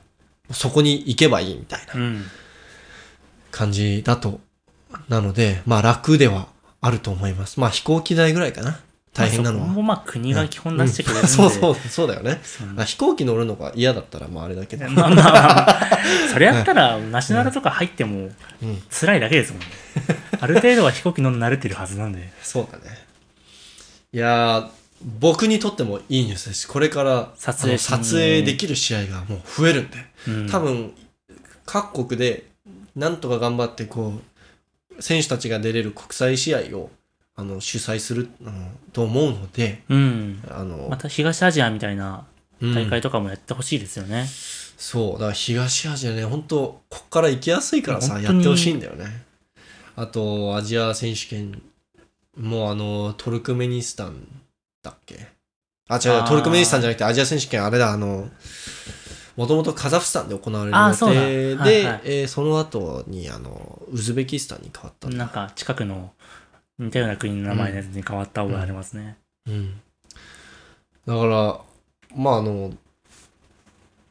Speaker 1: うそこに行けばいいみたいな
Speaker 2: うん
Speaker 1: 感じだとなのでまあ楽ではあると思いますまあ飛行機代ぐらいかな大変なの
Speaker 2: ま
Speaker 1: は
Speaker 2: あ、そこもまあ国が基本出してくれるんで、
Speaker 1: うんそうそうそうだよね
Speaker 2: そん
Speaker 1: ま
Speaker 2: な
Speaker 1: あ飛行機乗るのが嫌だったらまああれだけど、
Speaker 2: まあまあまあそれやったらナショナルとか入っても
Speaker 1: うん、
Speaker 2: 辛いだけですもんねある程度は飛行機乗るの慣れてるはずなんで
Speaker 1: そうだねいやー僕にとってもいいニュースですこれから
Speaker 2: 撮影
Speaker 1: あの撮影できる試合がもう増えるんで、
Speaker 2: うん
Speaker 1: 多分各国でなんとか頑張ってこう選手たちが出れる国際試合をあの主催するあのと思うので
Speaker 2: うん
Speaker 1: あの、
Speaker 2: また東アジアみたいな
Speaker 1: うん
Speaker 2: 大会とかもやってほしいですよね、
Speaker 1: そう、だから東アジアね、本当こっから行きやすいからさ、
Speaker 2: 本
Speaker 1: や
Speaker 2: 当に
Speaker 1: ってほしいんだよね。あと、アジア選手権、もうあの、トルクメニスタンだっけあ、違
Speaker 2: あ
Speaker 1: う、
Speaker 2: ー
Speaker 1: トルクメニスタンじゃなくて、アジア選手権、あれだ、あの、もともとカザフスタンで行われる
Speaker 2: あー
Speaker 1: 予
Speaker 2: そうだ
Speaker 1: 定で、
Speaker 2: はいはい
Speaker 1: えーその後に、あの、ウズベキスタンに変わったんだ
Speaker 2: なんか近くの似たような国の名前のやつに変わった覚えありますね、
Speaker 1: うん。だから、まああの、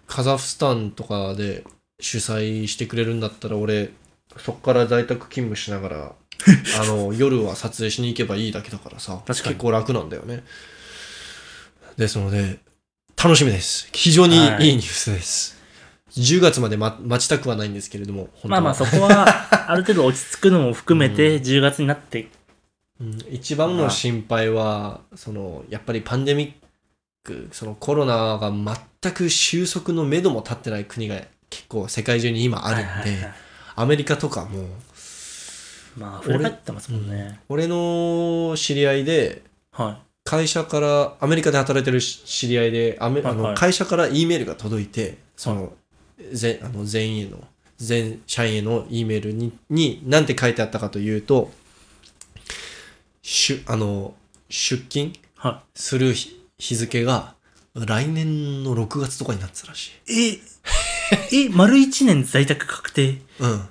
Speaker 1: カザフスタンとかで主催してくれるんだったら、俺、そっから在宅勤務しなが ら、あの、夜は撮影しに行けばいいだけだからさ、
Speaker 2: 確かに
Speaker 1: 結構楽なんだよね。ですので、楽しみです。非常にいい
Speaker 2: は
Speaker 1: ニ
Speaker 2: い
Speaker 1: ュースです。10月まで、ま、待ちたくはないんですけれども、本当
Speaker 2: ま
Speaker 1: は
Speaker 2: あまあそこはあ る程度落ち着くのも含めて10月になって
Speaker 1: うん一番の心配は、そのやっぱりパンデミックそのコロナが全く収束の目処も立ってない国が結構世界中に今あるんで、
Speaker 2: はいはいはい
Speaker 1: アメリカとかも
Speaker 2: まあ、振り返ってますもんね。
Speaker 1: 俺の知り合いで
Speaker 2: は
Speaker 1: 会社からアメリカで働いてるし知り合いでアメ、
Speaker 2: はいはい
Speaker 1: あの会社から E メールが届いてその,、全あの全員への全社員への E メールにに何て書いてあったかというとしゅあの出勤
Speaker 2: い。は
Speaker 1: する日日付が来年の6月とかになってたらしい。
Speaker 2: い。え、え、丸1年在宅確定。
Speaker 1: うん。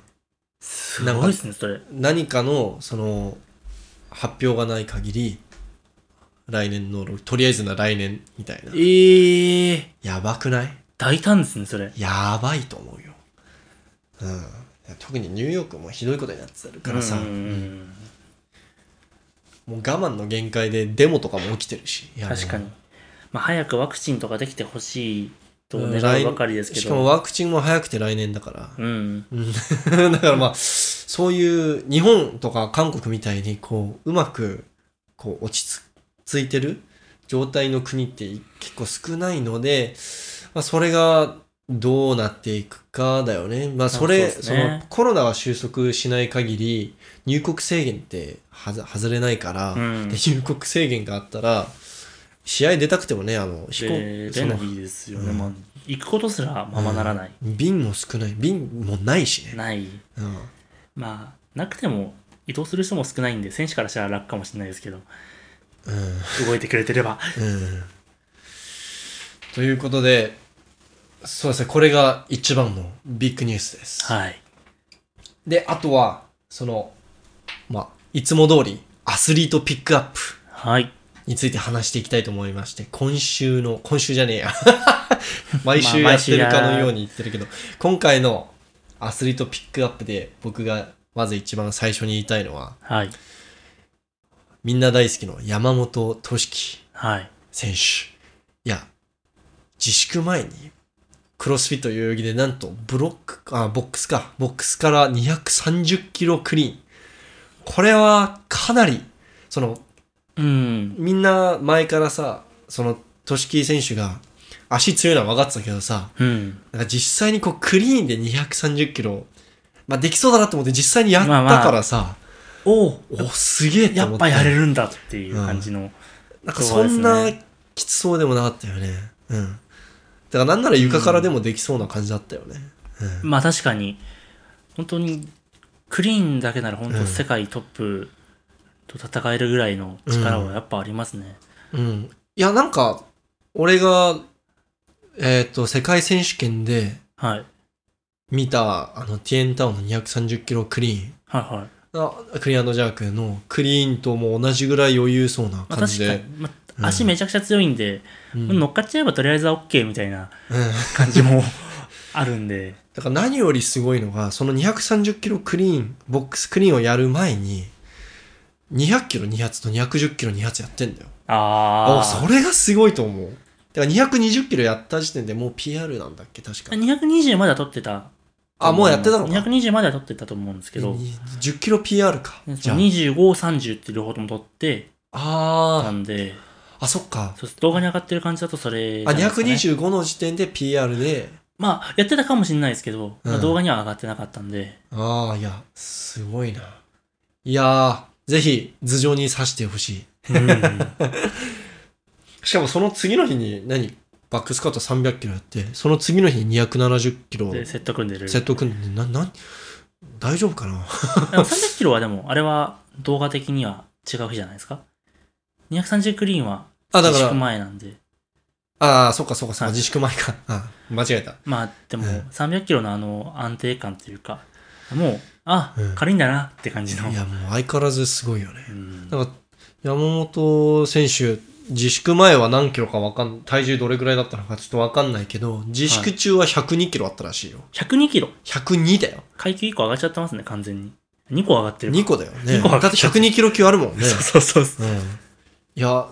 Speaker 2: すごいですね、それ。
Speaker 1: 何かの、その、発表がない限り、来年の6、とりあえずな来年みたいな。
Speaker 2: ええ
Speaker 1: やばくない
Speaker 2: 大胆ですね、それ。
Speaker 1: やばいと思うよ。うん。特にニューヨークもひどいことになってるからさ、
Speaker 2: うん
Speaker 1: もう我慢の限界でデモとかも起きてるし。いや
Speaker 2: 確か。に
Speaker 1: も。
Speaker 2: まあ、早くワクチンとかできてほしいと
Speaker 1: うん
Speaker 2: 願うばかりです
Speaker 1: う
Speaker 2: け
Speaker 1: し
Speaker 2: ど。
Speaker 1: かもワクチンも早くて来年だから。
Speaker 2: うん。
Speaker 1: うん だからまあ、そういう日本とか韓国みたいにこう、うまくこう落ち着いてる状態の国って結構少ないので、まあそれがどうなっていくかだよね。まあそれ、
Speaker 2: そうです
Speaker 1: そ
Speaker 2: ね
Speaker 1: のコロナが収束しない限り入国制限ってはず外れないから、
Speaker 2: うん
Speaker 1: で入国制限があったら、試合出たくてもね、あの、飛
Speaker 2: で、
Speaker 1: 行、
Speaker 2: 出
Speaker 1: そ
Speaker 2: な
Speaker 1: の、
Speaker 2: いですよね。
Speaker 1: うん
Speaker 2: まあ、行くことすらままならない。
Speaker 1: 便も少ない。便もないしね。
Speaker 2: ない。
Speaker 1: うん
Speaker 2: まあ、なくても移動する人も少ないんで、選手からしたら楽かもしれないですけど、
Speaker 1: うん
Speaker 2: 動いてくれて れば。
Speaker 1: うんということで、そうですね、これが一番のビッグニュースです。
Speaker 2: はい。
Speaker 1: で、あとは、その、まあ、いつも通り、アスリートピックアップ
Speaker 2: はい。
Speaker 1: について話していきたいと思いまして、今週の、今週じゃねえ や。毎週
Speaker 2: まあ
Speaker 1: やってる
Speaker 2: 毎週
Speaker 1: か
Speaker 2: や
Speaker 1: のように言ってるけど、今回のアスリートピックアップで、僕がまず一番最初に言いたいのは、
Speaker 2: はい。
Speaker 1: みんな大好きの山本俊樹。
Speaker 2: はい。
Speaker 1: 選手。いや、自粛前に、クロスフィット代々木でなんとブロック、あ、ボックスか、ボックスから230キロクリーン。これはかなり、その、
Speaker 2: うん。
Speaker 1: みんな前からさ、その、トシキ選手が足強いのは分かってたけどさ、
Speaker 2: うん。
Speaker 1: なんか実際にこうクリーンで230キロ、まあできそうだなと思って実際にやったからさ、
Speaker 2: おう
Speaker 1: お、すげえって
Speaker 2: や
Speaker 1: 思っ
Speaker 2: っ
Speaker 1: て。
Speaker 2: ぱやれるんだっていう感じの。
Speaker 1: なんかそんなきつそうでもなかったよね。うん。だからなんなら床からでもできそうな感じだったよね。
Speaker 2: まあ確かに、本当に、クリーンだけなら本
Speaker 1: う
Speaker 2: 当
Speaker 1: ん
Speaker 2: 世界トップと戦えるぐらいの力はやっぱありますね。
Speaker 1: うん。いや、なんか、俺が、えっ、と、世界選手権で、
Speaker 2: はい。
Speaker 1: 見た、あの、ティエンタオの230キロクリーン。
Speaker 2: はいはい。
Speaker 1: あクリーンジャークのクリーンとも同じぐらい余裕そうな
Speaker 2: まあ、
Speaker 1: 感
Speaker 2: 確
Speaker 1: じ
Speaker 2: か
Speaker 1: で
Speaker 2: に、、ま
Speaker 1: うん
Speaker 2: あ、足めちゃくちゃ強いんで、
Speaker 1: うん
Speaker 2: 乗っかっちゃえばとりあえずは OK みたいな
Speaker 1: うん
Speaker 2: 感じもあるんで、
Speaker 1: だから何よりすごいのが、その230キロクリーン、ボックスクリーンをやる前に、200キロ2発と210キロ2発やってんだよ。あ
Speaker 2: ああ、
Speaker 1: それがすごいと思う。だから220キロやった時点でもう PR なんだっけ、確か。
Speaker 2: 220までは取ってた。
Speaker 1: あ、もうやってたのか。
Speaker 2: ?220 までは取ってたと思うんですけど、
Speaker 1: 10キロ PR か。じゃあ。
Speaker 2: 25、30って両方とも取ってた
Speaker 1: あ
Speaker 2: んで、
Speaker 1: ー、あ、そっか。
Speaker 2: そう動画に上がってる感じだとそれじ
Speaker 1: あ、
Speaker 2: ゃないですかね、
Speaker 1: 225の時点で PR で、
Speaker 2: まあ、やってたかもしれないですけど、まあ
Speaker 1: うん
Speaker 2: 動画には上がってなかったんで、
Speaker 1: ああ、いや、すごいな。いやー、ぜひ、頭上に刺してほしい。
Speaker 2: うん、
Speaker 1: しかもその次の日に、何バックスカート300キロやって、その次の日に270キロ、
Speaker 2: で、セット組んでる。
Speaker 1: セット組んで、な、な、大丈夫かな
Speaker 2: でも300キロはでも、あれは動画的には違う日じゃないですか。230クリーンは
Speaker 1: あ、だ
Speaker 2: 自
Speaker 1: か
Speaker 2: 粛
Speaker 1: ら、
Speaker 2: 前なんで。
Speaker 1: ああ、そっかそっかそっ
Speaker 2: は
Speaker 1: か、
Speaker 2: い
Speaker 1: 自粛前か。あ間違えた。
Speaker 2: まあで
Speaker 1: う
Speaker 2: も
Speaker 1: ん
Speaker 2: 300キロのあの安定感というか、もう、あ、
Speaker 1: うん
Speaker 2: 軽いんだなって感じの。
Speaker 1: いや、もう相変わらずすごいよね。
Speaker 2: うん
Speaker 1: だから、山本選手、自粛前は何キロかわかん、体重どれぐらいだったのかちょっとわかんないけど、自粛中は102キロあったらしいよ。
Speaker 2: 102キロ。
Speaker 1: 102だよ。
Speaker 2: 階級1個上がっちゃってますね、完全に。2個上がってる。
Speaker 1: 2個だよね。
Speaker 2: 二個上
Speaker 1: だ
Speaker 2: が
Speaker 1: っ
Speaker 2: ってて
Speaker 1: 102キロ級あるもんね。
Speaker 2: そうそうそ う。
Speaker 1: うん、いや、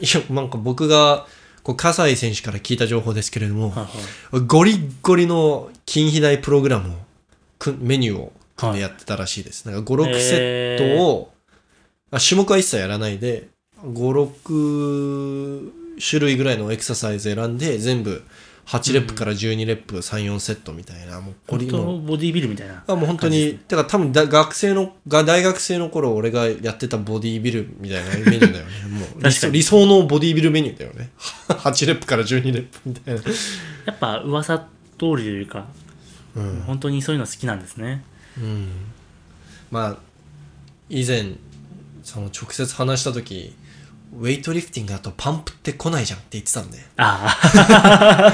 Speaker 1: いや、なんか僕が、こう、葛西選手から聞いた情報ですけれども、
Speaker 2: はいはい
Speaker 1: ゴリッゴリの筋肥大プログラムをく、メニューを組んでやってたらしいです。なんか5、6セットを、あ種目は一切やらないで、5、6種類ぐらいのエクササイズ選んで、全部8レップから12レップ3、4セットみたいな、もうゴ
Speaker 2: 本
Speaker 1: リ
Speaker 2: 当
Speaker 1: の。
Speaker 2: ボディービルみたいな。
Speaker 1: あもう本当
Speaker 2: 感じ
Speaker 1: に
Speaker 2: で、
Speaker 1: だから多分だ学生の、が大学生の頃俺がやってたボディービルみたいなメニューだよね。もう理
Speaker 2: 確か
Speaker 1: 想
Speaker 2: に
Speaker 1: 理想のボディービルメニューだよね。8レップから12レップみたいな。
Speaker 2: やっぱ噂通りというか、
Speaker 1: うん
Speaker 2: 本当にそういうの好きなんですね。
Speaker 1: うん、まあ以前その直接話した時ウェイトリフティングだとパンプって来ないじゃんって言ってたんで
Speaker 2: あ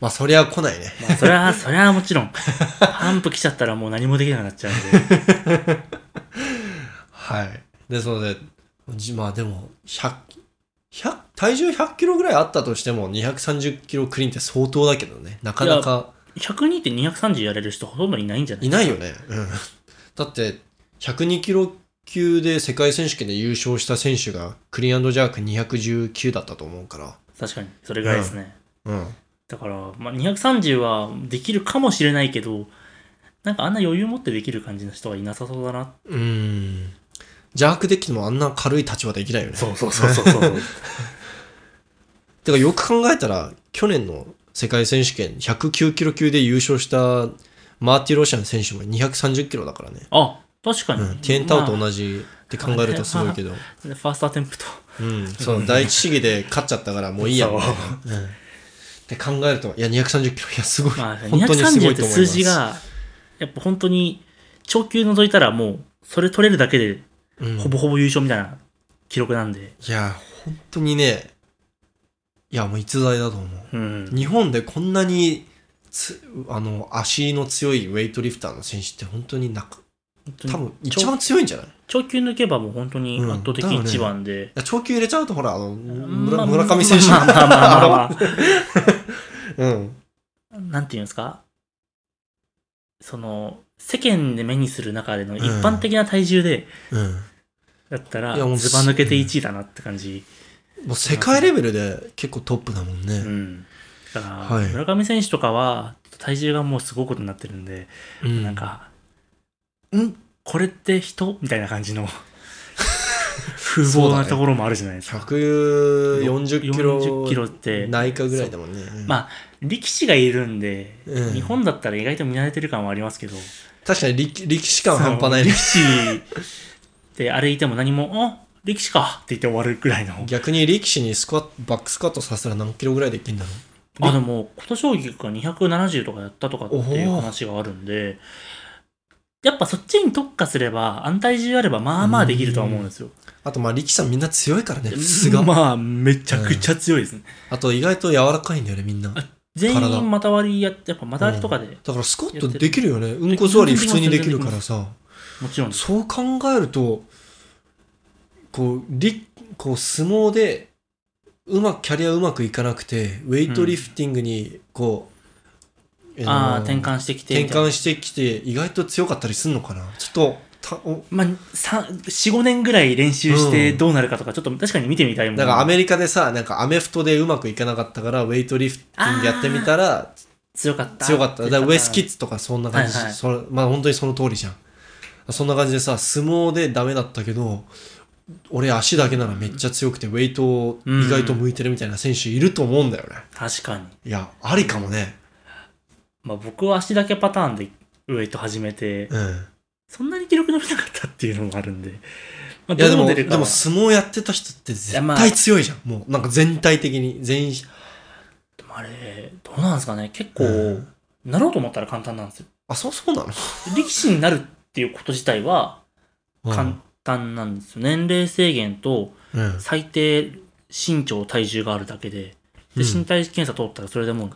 Speaker 1: まあそりゃ来ないね
Speaker 2: あ、まあそ れは、それはもちろん。パンプ来ちゃったらもう何もできなくなっちゃうんで。
Speaker 1: はいですのでじまあでも100 100体重100キロぐらいあったとしても230キロクリーンって相当だけどねなかなか
Speaker 2: 102って230やれる人ほとんどいないんじゃない
Speaker 1: いないよね、うん、 だって102キロ級で世界選手権で優勝した選手がクリーンジャーク219だったと思うから
Speaker 2: 確かに、それぐらいですね。
Speaker 1: うん
Speaker 2: だから、まあ、230はできるかもしれないけど、なんかあんな余裕持ってできる感じの人はいなさそうだな。
Speaker 1: うーん。邪悪デッキでもあんな軽い立場できないよね。
Speaker 2: うそうそうそうそう。
Speaker 1: てかよく考えたら、去年の世界選手権109キロ級で優勝したマーティ・ロシアン選手も230キロだからね。
Speaker 2: あ、確か
Speaker 1: う
Speaker 2: に。
Speaker 1: ん。ティエンタオと
Speaker 2: ま
Speaker 1: 同じって考えるとすごいけど。
Speaker 2: あファーストアテンプト。
Speaker 1: うん。その第一試技で勝っちゃったからもういいやみたいな。うん。って考えると、いや、230キロ、いや、すごい。
Speaker 2: まあ、
Speaker 1: 本当にすご
Speaker 2: 230
Speaker 1: い
Speaker 2: っ
Speaker 1: と思い
Speaker 2: て
Speaker 1: ます。
Speaker 2: 数字が、やっぱ本当に、長球除いたらもう、それ取れるだけで、
Speaker 1: うん、
Speaker 2: ほぼほぼ優勝みたいな記録なんで。
Speaker 1: いや、本当にね、いや、もう逸材だと思う。
Speaker 2: うん。
Speaker 1: 日本でこんなにつあの足の強いウェイトリフターの選手って本当になか多分一番強いんじゃないい
Speaker 2: 長球抜けばもう本当に圧倒的
Speaker 1: うんだよね
Speaker 2: 一番で。
Speaker 1: や長球入れちゃうとほらあの
Speaker 2: ま
Speaker 1: 村
Speaker 2: あ
Speaker 1: 村上選手
Speaker 2: まあまあまあまあま
Speaker 1: うん
Speaker 2: あ。なんていうんですかその、世間で目にする中での一般的な体重で、
Speaker 1: うん
Speaker 2: だった
Speaker 1: いやもう
Speaker 2: ら、ずば抜けて1位だなって感じ。
Speaker 1: もう世界レベルで結構トップだもん
Speaker 2: う
Speaker 1: ね、
Speaker 2: ん。だから、
Speaker 1: はい
Speaker 2: 村上選手とかは、体重がもうすごいことになってるんで、
Speaker 1: うん
Speaker 2: なんか、んこれって人みたいな感 じの風
Speaker 1: そう
Speaker 2: 貌
Speaker 1: だ
Speaker 2: な
Speaker 1: ね
Speaker 2: ところもあるじゃないですか。
Speaker 1: 140キロ
Speaker 2: 40キロって
Speaker 1: ないかぐらいだもんね、うん
Speaker 2: まあ、力士がいるんで、
Speaker 1: うん
Speaker 2: 日本だったら意外と見慣れてる感はありますけど、
Speaker 1: 確かに力力士感半端ない
Speaker 2: そ
Speaker 1: ね
Speaker 2: う力士で歩いても何も、あ力士かって言って終わるくらいの。
Speaker 1: 逆に力士にスクワットバックスカットさせたら何キロぐらいできるんだろ
Speaker 2: あ、でも、琴将棋が270とかやったとかっていう話があるんで、やっぱそっちに特化すれば、安泰中あれば、まあまあできるとは思うんですよ。
Speaker 1: うあとまあ力士さんみんな強いからね素が
Speaker 2: まあ、めちゃくちゃ強いですね。
Speaker 1: あと意外と柔らかいんだよねみんな
Speaker 2: 全
Speaker 1: 体
Speaker 2: 員股割りやって、やっぱ股割りとかで、
Speaker 1: だからスコットできるよね。うんこ座り普通にできるからさ。
Speaker 2: もちろんです。
Speaker 1: そう考えると、こう、りこう相撲で、うまく、キャリアうまくいかなくて、ウェイトリフティングに、こう、の
Speaker 2: ああ、転換してきてみ
Speaker 1: 転
Speaker 2: たいな。
Speaker 1: 換してきて、意外と強かったりすんのかなちょっと、たお
Speaker 2: まあ、4、5年ぐらい練習して
Speaker 1: うん
Speaker 2: どうなるかとか、ちょっと確かに見てみたいもん。
Speaker 1: なんかアメリカでさ、なんかアメフトでうまくいかなかったから、ウェイトリフティングやってみたら、
Speaker 2: 強かった。
Speaker 1: 強かった。だからウェスキ
Speaker 2: ッ
Speaker 1: ッズとかそんな感じ、
Speaker 2: はいはい
Speaker 1: それまあ本当にその通りじゃん。そんな感じでさ、相撲でダメだったけど、俺足だけならめっちゃ強くて、ウェイト意外と向いてるみたいな選手いると思うんだよね。
Speaker 2: 確かに。
Speaker 1: いや、ありかもね。
Speaker 2: まあ僕は足だけパターンでウェイト始めて、
Speaker 1: うん。
Speaker 2: そんなに記録伸びなかったっていうのもあるんで。ま
Speaker 1: い
Speaker 2: あ、
Speaker 1: やで
Speaker 2: どう
Speaker 1: も、
Speaker 2: 出
Speaker 1: で
Speaker 2: るかは
Speaker 1: も相撲やってた人って絶
Speaker 2: いやまあ
Speaker 1: 対強いじゃん。もうなんか全体的に、全員。
Speaker 2: でもあれ、どうなんですかね。結構、
Speaker 1: うん
Speaker 2: なろうと思ったら簡単なんですよ。
Speaker 1: あ、そうそうなの
Speaker 2: 力士になるっていうこと自体は
Speaker 1: う
Speaker 2: 簡
Speaker 1: ん
Speaker 2: 単なんですよ。年齢制限と
Speaker 1: うん。
Speaker 2: 最低身長、体重があるだけで、
Speaker 1: う
Speaker 2: で
Speaker 1: ん
Speaker 2: 身体検査通ったらそれでもう、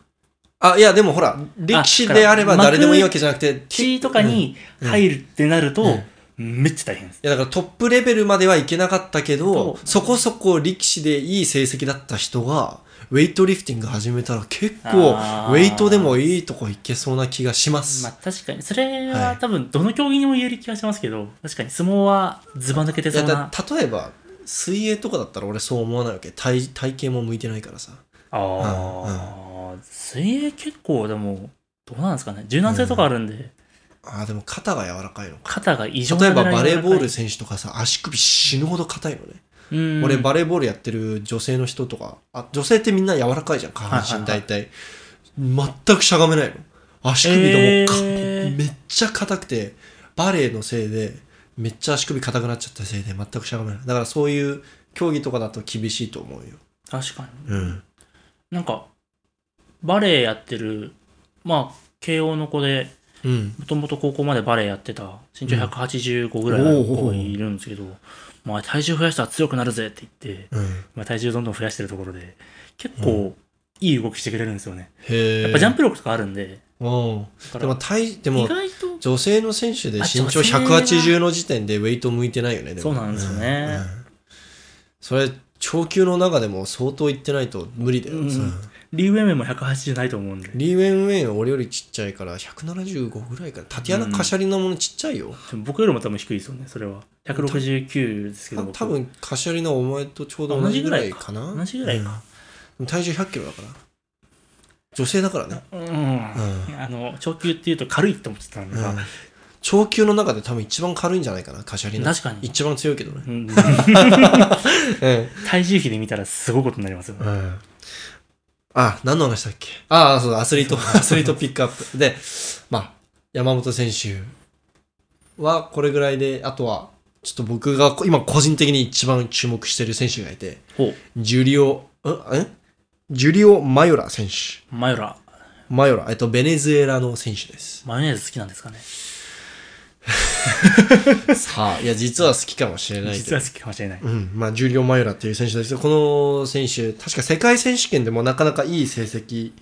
Speaker 1: あ、いやでもほら、力士であれば誰でもいいわけじゃなくて、
Speaker 2: 地位とかに入るってなると、
Speaker 1: うん
Speaker 2: めっちゃ大変です。
Speaker 1: いやだからトップレベルまではいけなかったけど
Speaker 2: そ、う
Speaker 1: そこそこ力士でいい成績だった人が、ウェイトリフティング始めたら結構、ウ
Speaker 2: あー
Speaker 1: ェイトでもいいとこいけそうな気がします。
Speaker 2: まあ確かに、それ
Speaker 1: は
Speaker 2: はい多分どの競技にも言える気がしますけど、確かに相撲はずば抜けて
Speaker 1: い
Speaker 2: そ
Speaker 1: や
Speaker 2: う
Speaker 1: だ
Speaker 2: な。
Speaker 1: 例えば、水泳とかだったら俺そう思わないわけ。体体型も向いてないからさ。
Speaker 2: ああ、水泳結構でも、どうなんですかね。柔軟性とかあるんで、
Speaker 1: ああ、でも肩が柔らかいのか。
Speaker 2: 肩が異常
Speaker 1: 例えばバレーボール
Speaker 2: す。
Speaker 1: 選手とかさ、足首死ぬほど硬いのね。
Speaker 2: うん
Speaker 1: 俺バレーボールやってる女性の人とかあ女性ってみんな柔らかいじゃん下半身
Speaker 2: はいはいは
Speaker 1: 大
Speaker 2: い
Speaker 1: 体、全くしゃがめないの足首がもうか、
Speaker 2: えー
Speaker 1: めっちゃ硬くてバレーのせいでめっちゃ足首硬くなっちゃったせいで全くしゃがめないだからそういう競技とかだと厳しいと思うよ
Speaker 2: 確かに。
Speaker 1: うん
Speaker 2: なんか、バレエやってる、まあ、慶応の子で、
Speaker 1: うん
Speaker 2: もともと高校までバレエやってた、身長
Speaker 1: うん
Speaker 2: 185ぐらいの
Speaker 1: おうおう
Speaker 2: 子
Speaker 1: おう
Speaker 2: がいるんですけど、まあ、体重増やしたら強くなるぜって言って、
Speaker 1: うん
Speaker 2: まあ、体重どんどん増やしてるところで、結
Speaker 1: う
Speaker 2: 構、いい動きしてくれるんですよね。
Speaker 1: へえ
Speaker 2: やっぱジャンプ力とかあるんで、
Speaker 1: うん
Speaker 2: だ
Speaker 1: で
Speaker 2: か
Speaker 1: も
Speaker 2: ら
Speaker 1: 体で
Speaker 2: 意
Speaker 1: も
Speaker 2: 外と、
Speaker 1: 女性の選手で身長
Speaker 2: あ女性は
Speaker 1: 180の時点でウェイト向いてないよねでも
Speaker 2: そうなんですよね
Speaker 1: うんそれ長球の中でも相当いってないと無理だよ、
Speaker 2: うん
Speaker 1: それ
Speaker 2: リーウェイメンも180ないと思うんで、
Speaker 1: リー・ウェンウェン俺よりちっちゃいから175ぐらいかなタティアナ・カシャリナものちっちゃいよ、
Speaker 2: でも僕よりも多分低いですよね、それは。169ですけど、
Speaker 1: た
Speaker 2: 僕
Speaker 1: 多分カシャリナお前とちょうど同じぐらいかな
Speaker 2: 同じぐらいか、
Speaker 1: うん体重1 0 0キロだから女性だからね、
Speaker 2: うん、
Speaker 1: う
Speaker 2: あの長球っていうと軽いって思ってたんだ
Speaker 1: う
Speaker 2: が、
Speaker 1: ん長球の中で多分一番軽いんじゃないかなカシャリナ
Speaker 2: 確かに、
Speaker 1: 一番強いけどね、
Speaker 2: うん、
Speaker 1: え
Speaker 2: 体重比で見たらすごいことになりますよ
Speaker 1: え
Speaker 2: ね、
Speaker 1: うんあ何の話だっけああそうアスリート アスリートピックアップでまあ山本選手はこれぐらいであとはちょっと僕が今個人的に一番注目してる選手がいて、
Speaker 2: ほう
Speaker 1: ジュリオ、んんジュリオ・マヨラ選手。
Speaker 2: マヨラ
Speaker 1: マヨラ、えっと、ベネズエラの選手です。
Speaker 2: マヨネーズ好きなんですかね
Speaker 1: さあ、いや、実は好きかもしれないけ
Speaker 2: 実
Speaker 1: ど。
Speaker 2: は好きかもしれない、
Speaker 1: うん、まあ、ジュリオ・マヨラっていう選手ですけど、この選手、確か世界選手権でもなかなかいい成績、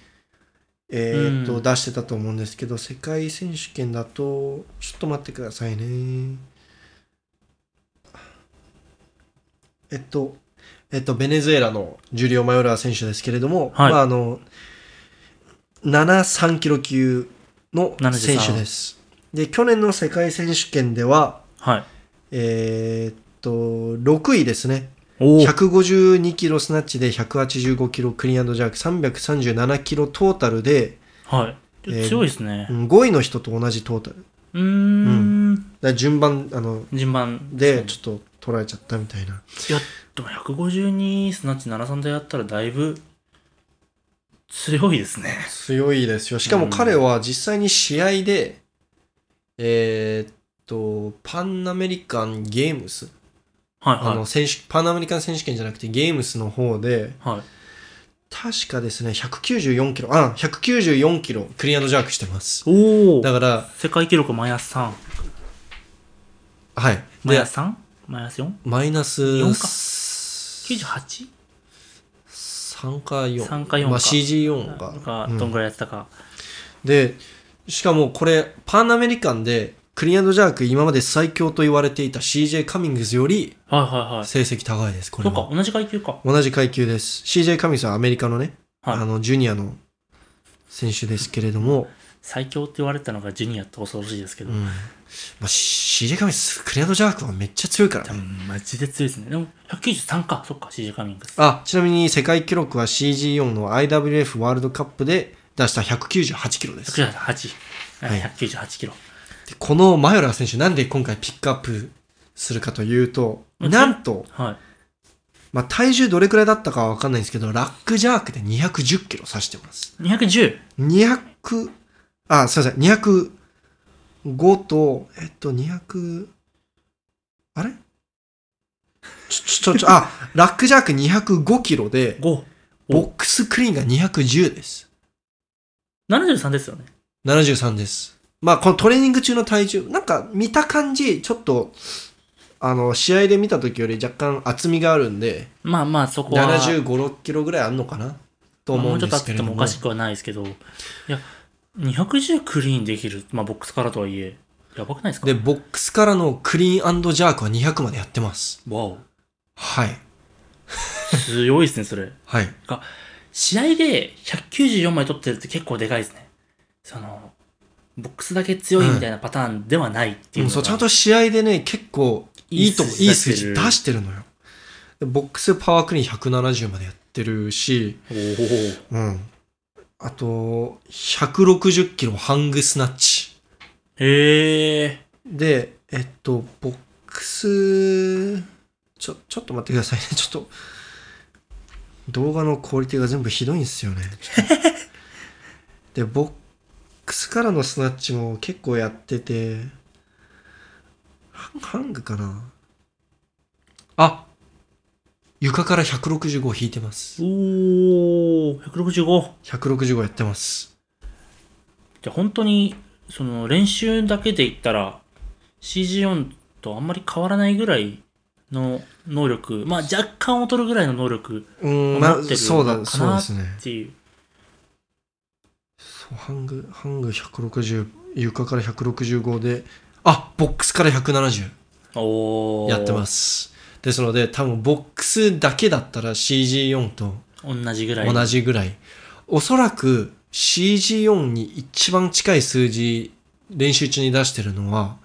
Speaker 1: えーっと、
Speaker 2: うん
Speaker 1: 出してたと思うんですけど、世界選手権だと、ちょっと待ってくださいね。えっと、えっと、ベネズエラのジュリオ・マヨラー選手ですけれども、
Speaker 2: はい
Speaker 1: まあ、あの、73キロ級の選手です。で、去年の世界選手権では、
Speaker 2: はい
Speaker 1: えーっと、6位ですね。
Speaker 2: お
Speaker 1: 152キロスナッチで185キロクリーンジャーク、337キロトータルで、
Speaker 2: はい
Speaker 1: えー
Speaker 2: 強いですね
Speaker 1: うん5位の人と同じトータル。だか
Speaker 2: うーん
Speaker 1: ら順番、あの、
Speaker 2: 順番
Speaker 1: で、ちょっと捉えちゃったみたいな。
Speaker 2: いやでも152スナッチ73でやったらだいぶ強いですね
Speaker 1: 強いですよ。しかも彼は実際に試合で、えーっと、パンアメリカンゲームス、
Speaker 2: はい
Speaker 1: あ
Speaker 2: は
Speaker 1: の選手、パンアメリカン選手権じゃなくてゲームスの方で、
Speaker 2: いはい
Speaker 1: 確かですね、194キロ、あ、194キロクリアンジャークしてます。
Speaker 2: おお
Speaker 1: だから、
Speaker 2: 世界記録マイナス3
Speaker 1: はい。
Speaker 2: マイ
Speaker 1: で
Speaker 2: ナ、ス 3? マイナス 4?
Speaker 1: マイナス
Speaker 2: 4か
Speaker 1: 3
Speaker 2: 98?
Speaker 1: 3か4。
Speaker 2: 3か4か
Speaker 1: まあ CG4
Speaker 2: なん
Speaker 1: が。
Speaker 2: か
Speaker 1: うん
Speaker 2: どんぐらいやってたか、
Speaker 1: で、しかもこれ、パンアメリカンで、クリアンドジャーク今まで最強と言われていた CJ カミングスより
Speaker 2: はいはいはい
Speaker 1: 成績高いです、こ
Speaker 2: そ
Speaker 1: れ
Speaker 2: うか
Speaker 1: は。
Speaker 2: 同じ階級か
Speaker 1: 同じ階級です。CJ カミングスはアメリカのね、
Speaker 2: はい
Speaker 1: あの、ジュニアの選手ですけれども、
Speaker 2: 最強って言われてたのがジュニアって恐ろしいですけ
Speaker 1: う
Speaker 2: ど、
Speaker 1: ん。まあ、CJ カミングス、クリアンドジャークはめっちゃ強いからね
Speaker 2: 多。分マジで強いですねでも193かそっか CJ カミングス
Speaker 1: あ、ちなみに世界記録は CG4 の IWF ワールドカップで出した198キロです。
Speaker 2: 198
Speaker 1: はい
Speaker 2: 198キロ、
Speaker 1: でこのマヨラー選手、なんで今回ピックアップするかというと、
Speaker 2: うん
Speaker 1: なんと、
Speaker 2: はい、
Speaker 1: まあ、体重どれくらいだったかはわかんないんですけど、ラックジャークで210キロ刺してます。
Speaker 2: 210
Speaker 1: 200、あ、すいません、205と、えっと、200、あれちょ、ちょ、ちょ、あ、ラックジャーク205キロで、
Speaker 2: 5
Speaker 1: ボックスクリーンが210です。
Speaker 2: 73ですよね
Speaker 1: 73です。まあ、このトレーニング中の体重、なんか見た感じ、ちょっと、あの、試合で見た時より若干厚みがあるんで、
Speaker 2: まあまあそこは
Speaker 1: 75、6キロぐらいあんのかなと思
Speaker 2: も
Speaker 1: うん
Speaker 2: うちょ
Speaker 1: で
Speaker 2: っとあっ
Speaker 1: すけ
Speaker 2: て
Speaker 1: れども。
Speaker 2: もおかしくはないですけどいや210クリーンできる、まあ、ボックスからとはいえやばくないですか
Speaker 1: で、ボックスからのクリーンジャークは200までやってます。
Speaker 2: わお
Speaker 1: はい。
Speaker 2: 強いですねそれ
Speaker 1: はい。
Speaker 2: 試合で194枚取ってるって結構でかいですね。その、ボックスだけ強いみたいなパターンではないってい
Speaker 1: ん、
Speaker 2: ううのが、
Speaker 1: そう、ちゃんと試合でね、結構、いいとこ、い
Speaker 2: い
Speaker 1: い
Speaker 2: い
Speaker 1: 数
Speaker 2: 数
Speaker 1: 字
Speaker 2: 字
Speaker 1: 出
Speaker 2: 出してる
Speaker 1: してるのよ。でボックスパワークリーン170までやってるし、
Speaker 2: おー
Speaker 1: うん。あと、160キロハングスナッチ。
Speaker 2: へえ。
Speaker 1: で、えっと、ボックス、ちょ、ちょっと待ってくださいね。 ちょっと、動画のクオリティが全部ひどいんですよね。ちょっとで、ボックスからのスナッチも結構やってて、ハンハングかなあ床から165引いてます。
Speaker 2: おお、165。
Speaker 1: 165やってます。
Speaker 2: じゃあ本当に、その練習だけで言ったら、CG4 とあんまり変わらないぐらいの能力、まあ若干劣るぐらいの能力
Speaker 1: うん、
Speaker 2: まあ
Speaker 1: まあ
Speaker 2: 持ってる
Speaker 1: そうだ、
Speaker 2: のか
Speaker 1: そう
Speaker 2: な
Speaker 1: ですね。
Speaker 2: っていう。
Speaker 1: そうハング、ハング160、床から165で、あボックスから170
Speaker 2: おお。。
Speaker 1: やってますす。ですので、多分ボックスだけだったら CG4 と
Speaker 2: 同じぐらい。
Speaker 1: 同じぐらい。おそらく CG4 に一番近い数字、練習中に出してるのは、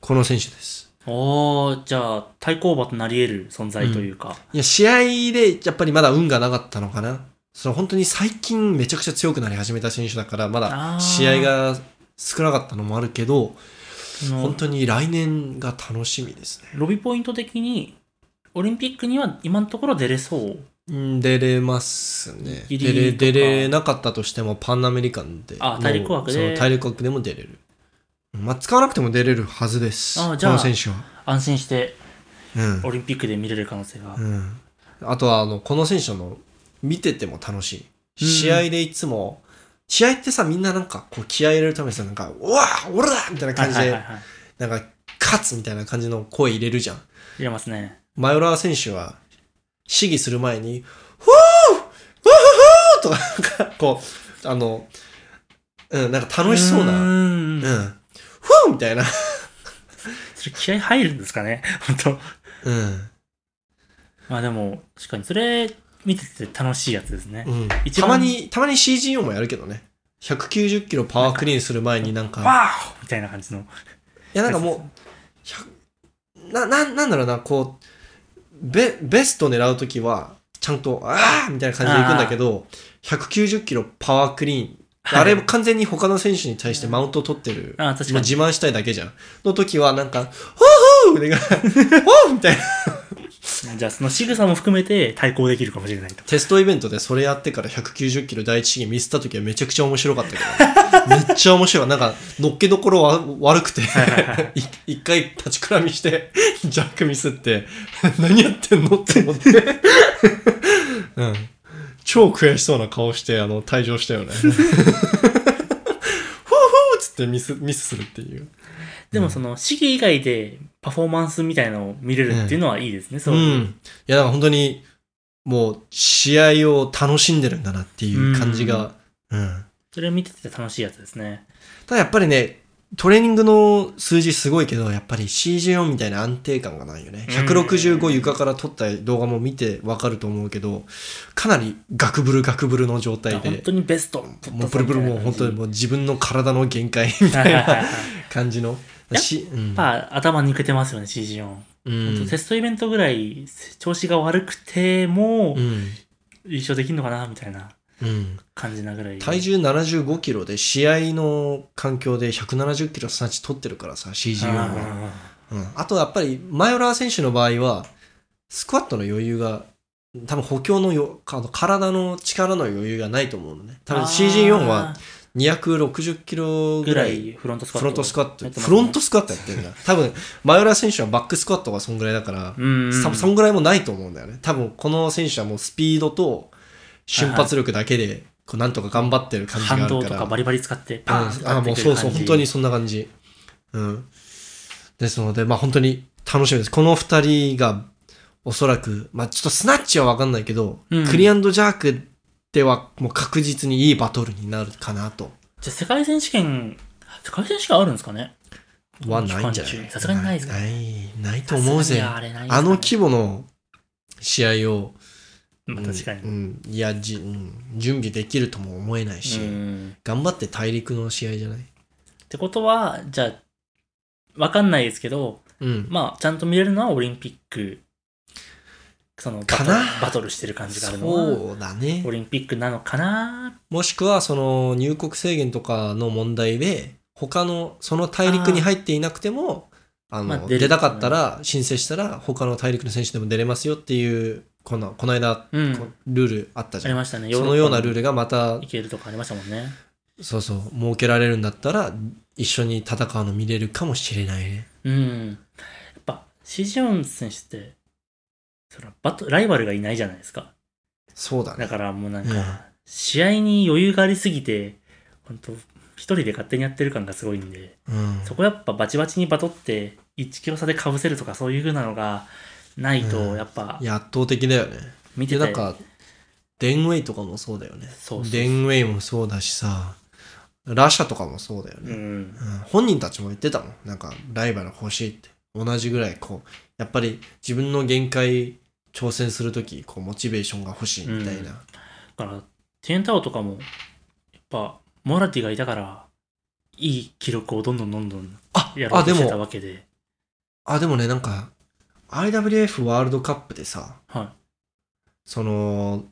Speaker 1: この選手です。
Speaker 2: おお、じゃあ対抗馬となり得る存在というか。
Speaker 1: いや、試合でやっぱりまだ運がなかったのかな。その本当に最近めちゃくちゃ強くなり始めた選手だから、ま
Speaker 2: あ
Speaker 1: だ
Speaker 2: ー
Speaker 1: 試合が少なかったのもあるけど、
Speaker 2: その
Speaker 1: 本当に来年が楽しみですね。
Speaker 2: ロビーポイント的に、オリンピックには今のところ出れそう。
Speaker 1: うん出れますね。
Speaker 2: ギ
Speaker 1: 出
Speaker 2: リギ
Speaker 1: れ
Speaker 2: リと
Speaker 1: 出
Speaker 2: か
Speaker 1: れなかったとしてもパンアメリカンで。
Speaker 2: あ
Speaker 1: もう
Speaker 2: 大陸枠で
Speaker 1: そう大陸枠でも出れる。まあ、使わなくても出れるはずです。
Speaker 2: あじゃあ
Speaker 1: この選手は。
Speaker 2: 安心して
Speaker 1: うん
Speaker 2: オリンピックで見れる可能性が。。
Speaker 1: うん、あとはあの、この選手の見てても楽しい。
Speaker 2: うん
Speaker 1: 試合でいつも、試合ってさ、みんななんかこう気合い入れるためにさ、なんか、うわー俺だみたいな
Speaker 2: は
Speaker 1: 感
Speaker 2: い
Speaker 1: じ
Speaker 2: はいは
Speaker 1: で
Speaker 2: い、はい。
Speaker 1: なんか、勝つみたいな感じの声入れるじゃん。
Speaker 2: 入れますね。
Speaker 1: マヨラー選手は、試技する前に、ふぅふぅふぅとか、なんか、こう、あの、うん、なんか楽しそう
Speaker 2: う
Speaker 1: な、うん、
Speaker 2: ーん。
Speaker 1: ふぅみたいな、
Speaker 2: それ気合入るんですかね 本
Speaker 1: うん、
Speaker 2: 当。まあでも、確かにそれ見てて楽しいやつですね。
Speaker 1: うん。
Speaker 2: 一
Speaker 1: たま
Speaker 2: 番
Speaker 1: に、たまに CGO もやるけどね。190キロパワークリーンする前になんか、
Speaker 2: わーみたいな感じの。
Speaker 1: いやなんかもう、100な、な、なんだろうな、こう、ベ、ベスト狙うときは、ちゃんと、あーみたいな感じでいくんだけど、190キロパワークリーンあれも完全に他の選手に対してマウントを取ってる。
Speaker 2: あー確かに
Speaker 1: ま自慢したいだけじゃん。の時は、なんか、ほうほうほうみた いな。
Speaker 2: じゃあその仕草も含めて対抗できるかもしれない と。
Speaker 1: テストイベントでそれやってから190キロ第一試技ミスった時はめちゃくちゃ面白かった けど。めっちゃ面白い。なんか、のっけどころは悪くて、い一回立ちくらみして、 ジャックミスって、 何やってんのって思って。 うん。超悔しそうな顔して、あの、退場したよね。 ふうふうっつってミス、ミスするっていう。
Speaker 2: でもその、試技以外でパフォーマンスみたいなのを見れるっていうのはいいですね、そうう。
Speaker 1: ん。いや、だから本当に、もう試合を楽しんでるんだなっていう感じが、うん。
Speaker 2: それ見てて楽しいやつですね。
Speaker 1: ただやっぱりね、トレーニングの数字すごいけど、やっぱり CG4 みたいな安定感がないよね。
Speaker 2: うん
Speaker 1: 165床から撮った動画も見てわかると思うけど、かなりガクブルガクブルの状態
Speaker 2: 本
Speaker 1: で
Speaker 2: 当、にベスト。
Speaker 1: もうプルプルもう本当 にもう自分の体の限界 み
Speaker 2: は
Speaker 1: た
Speaker 2: い
Speaker 1: い
Speaker 2: はいはいはい
Speaker 1: な感じの。
Speaker 2: やっ
Speaker 1: しうん
Speaker 2: やっぱ頭抜けてますよね、
Speaker 1: う
Speaker 2: CG4。本当
Speaker 1: ん
Speaker 2: テストイベントぐらい調子が悪くても
Speaker 1: うん
Speaker 2: 優勝できるのかなみたいな
Speaker 1: うん
Speaker 2: 感じなぐらい。
Speaker 1: 体重75キロで試合の環境で170キロスナッチ取ってるからさ、CG4 は。
Speaker 2: あ
Speaker 1: うん、あとやっぱりマヨラー選手の場合はスクワットの余裕が多分補強のよあの体の力の余裕がないと思うのね多分
Speaker 2: ー
Speaker 1: CG4 は260キロぐ
Speaker 2: ぐ
Speaker 1: ら
Speaker 2: ら
Speaker 1: い
Speaker 2: いフロントスクワット。
Speaker 1: フロントスクワット
Speaker 2: やってます
Speaker 1: フ
Speaker 2: ね
Speaker 1: ロントスクワットやってるんだ多分マヨラー選手はバックスクワットがそんぐらいだから
Speaker 2: うん。
Speaker 1: 多分そんぐらいもないと思うんだよね多分この選手はもうスピードと瞬発力だけでこうなんとか頑張ってる感じがある
Speaker 2: 反
Speaker 1: から
Speaker 2: 動とかバリバリ使って、パーンって
Speaker 1: うんあもうそうそう本当に。そんな感じ、うん、ですのでまあ本当に楽しみですこの2人がおそらくまあちょっとスナッチは分かんないけど、
Speaker 2: うん
Speaker 1: クリアンドジャークではもう確実にいいバトルになるかなと
Speaker 2: じゃあ世界選手権、世界選手権あるんですかね
Speaker 1: はないんじゃ
Speaker 2: 期間
Speaker 1: な
Speaker 2: 中
Speaker 1: い
Speaker 2: さすがにないですか
Speaker 1: ないないと思う
Speaker 2: さすがに
Speaker 1: ぜ
Speaker 2: あ
Speaker 1: あ
Speaker 2: れないですかね
Speaker 1: の規模の試合を、
Speaker 2: まあ確か
Speaker 1: う
Speaker 2: に。
Speaker 1: ん、いやじ、うん準備できるとも思えないし、
Speaker 2: うん
Speaker 1: 頑張って大陸の試合じゃない
Speaker 2: ってことは、じゃあ、わかんないですけど、
Speaker 1: うん
Speaker 2: まあ、ちゃんと見れるのはオリンピック、そのバト
Speaker 1: かな
Speaker 2: バトルしてる感じがあるのは、
Speaker 1: そうだね
Speaker 2: オリンピックなのかな
Speaker 1: もしくはその入国制限とかの問題で他のその大陸に入っていなくてもあの、
Speaker 2: まあ
Speaker 1: 出
Speaker 2: 出る
Speaker 1: たかったら申請したら他の大陸の選手でも出れますよっていうこのこの間、
Speaker 2: うん
Speaker 1: こルールあったじ
Speaker 2: あ
Speaker 1: ゃ
Speaker 2: り
Speaker 1: ん
Speaker 2: ましたね。
Speaker 1: そのようなルー
Speaker 2: ル。
Speaker 1: ルがまた
Speaker 2: いけるとかありましたもんね。
Speaker 1: そうそう設けられるんだったら一緒に戦うの見れるかもしれないね
Speaker 2: うん。やっぱ、シジョン選手って、そらバトライバルがいないじゃないですか。
Speaker 1: そうだね
Speaker 2: だからもうなん
Speaker 1: うん
Speaker 2: か、試合に余裕がありすぎて、本当一人で勝手にやってる感がすごいんで、
Speaker 1: うん
Speaker 2: そこやっぱバチバチにバトって、1キロ差で被せるとかそういう風なのがない
Speaker 1: うん
Speaker 2: と、やっぱ
Speaker 1: い、や圧倒的だよね
Speaker 2: 見て
Speaker 1: で
Speaker 2: た
Speaker 1: なんかデンウェイとかもそうだよね
Speaker 2: そうそう
Speaker 1: デンウェイもそうだしさラシャとかもそうだよね、
Speaker 2: うん。
Speaker 1: うん本人たちも言ってたもんなんかライバル欲しいって同じぐらいこうやっぱり自分の限界挑戦する時こうモチベーションが欲しいみたいな、
Speaker 2: だから、テンタオとかも、やっぱ、モラティがいたから、いい記録をどんどんどんどん
Speaker 1: あ
Speaker 2: やろ
Speaker 1: あ
Speaker 2: うと
Speaker 1: で
Speaker 2: してた
Speaker 1: も
Speaker 2: わけで、
Speaker 1: あでもねなんか IWF ワールドカップでさ
Speaker 2: は
Speaker 1: その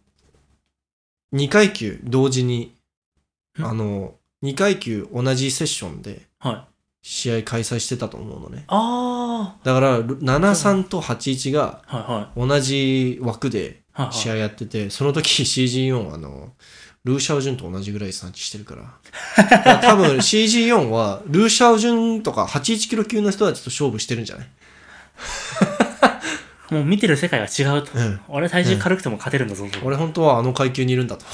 Speaker 1: 2階級同時に
Speaker 2: ん
Speaker 1: あの2階級同じセッションで
Speaker 2: い。はい。
Speaker 1: 試合開催してたと思うのね
Speaker 2: あ
Speaker 1: だから73と81が
Speaker 2: あはいはい。
Speaker 1: 同じ枠で
Speaker 2: はいはい、
Speaker 1: 試合やってて、その時 CG4 はあの、ルーシャオジュンと同じぐらいスナッチしてる から。だから多分 CG4 は、ルーシャオジュンとか81キロ級の人たちと勝負してるんじゃない
Speaker 2: もう見てる世界が違うと。
Speaker 1: うん
Speaker 2: 俺体重軽くても勝てるんだぞと。
Speaker 1: 俺本当はあの階級にいるん だと。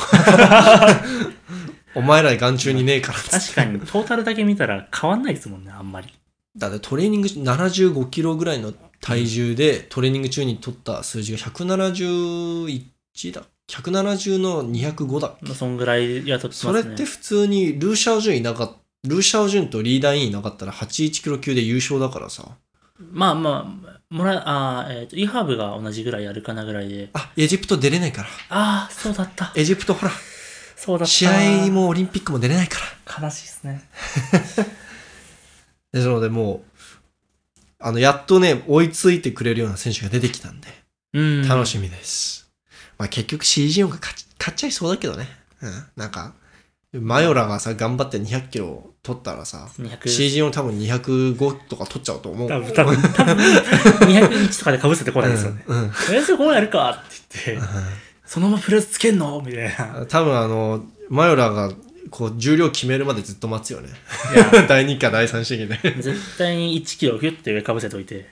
Speaker 1: お前ら眼中にねえからっつって
Speaker 2: 確かに、トータルだけ見たら変わんないですもんね、あんまり。
Speaker 1: だってトレーニング75キロぐらいの体重で、トレーニング中に取った数字が171だ。170の205だ。
Speaker 2: まあそんぐらいやとって
Speaker 1: そ
Speaker 2: ま
Speaker 1: れっ
Speaker 2: すね。
Speaker 1: て普通にルーシャオジュンいなかった、ルーシャオジュンとリーダーインいなかったら81キロ級で優勝だからさ。
Speaker 2: まあまあ、もら、あーえっ、と、イハーブが同じぐらいやるかなぐらいで。
Speaker 1: あ、エジプト出れないから。
Speaker 2: ああ、そうだった。
Speaker 1: エジプトほ
Speaker 2: そうだ
Speaker 1: ら、
Speaker 2: った。
Speaker 1: 試合。もオリンピックも出れないから。
Speaker 2: 悲しいですね。
Speaker 1: ですのでもう、あの、やっとね、追いついてくれるような選手が出てきたんで、
Speaker 2: うん。
Speaker 1: 楽しみです。まあ結局 CG4 が勝ち勝っちゃいそうだけどね。うん。なんか、マヨラがさ、頑張って200キロ取ったらさ、
Speaker 2: 200
Speaker 1: CG4 多分205とか取っちゃうと思う。
Speaker 2: 多分、多分、多分、201とかで被せてこないですよね。
Speaker 1: うんうん
Speaker 2: とりあえずこうやるかって言って、そのままプレスつけんのみたいな。いや、
Speaker 1: 多分あの、マヨラが、こう、重量決めるまでずっと待つよね。 第2か第3試技で。
Speaker 2: 絶対に1キロヒュッて上被せといて、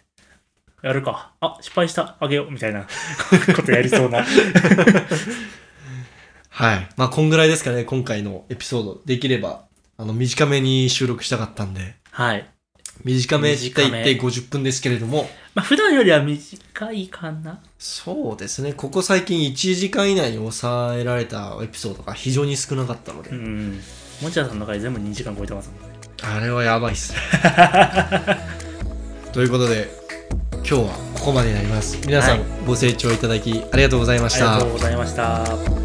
Speaker 2: やるか。あ、失敗した。あげよう。みたいな ことやりそうな。
Speaker 1: はい。まあ、こんぐらいですかね、今回のエピソード。できれば、あの、短めに収録したかったんで。
Speaker 2: はい。
Speaker 1: 短めって言
Speaker 2: 短
Speaker 1: っ
Speaker 2: め
Speaker 1: て50分ですけれども、
Speaker 2: まあ、普段よりは短いかな。
Speaker 1: そうですね、ここ最近1時間以内に抑えられたエピソードが非常に少なかったので、
Speaker 2: うん。もちゃさんの回全部2時間超えてますもんね。
Speaker 1: あれはやばいっ すね。ということで、今日はここまでになります。皆さん、
Speaker 2: は
Speaker 1: ご清聴いただきありがとうございま
Speaker 2: あ
Speaker 1: し
Speaker 2: り
Speaker 1: た。
Speaker 2: がとうございました。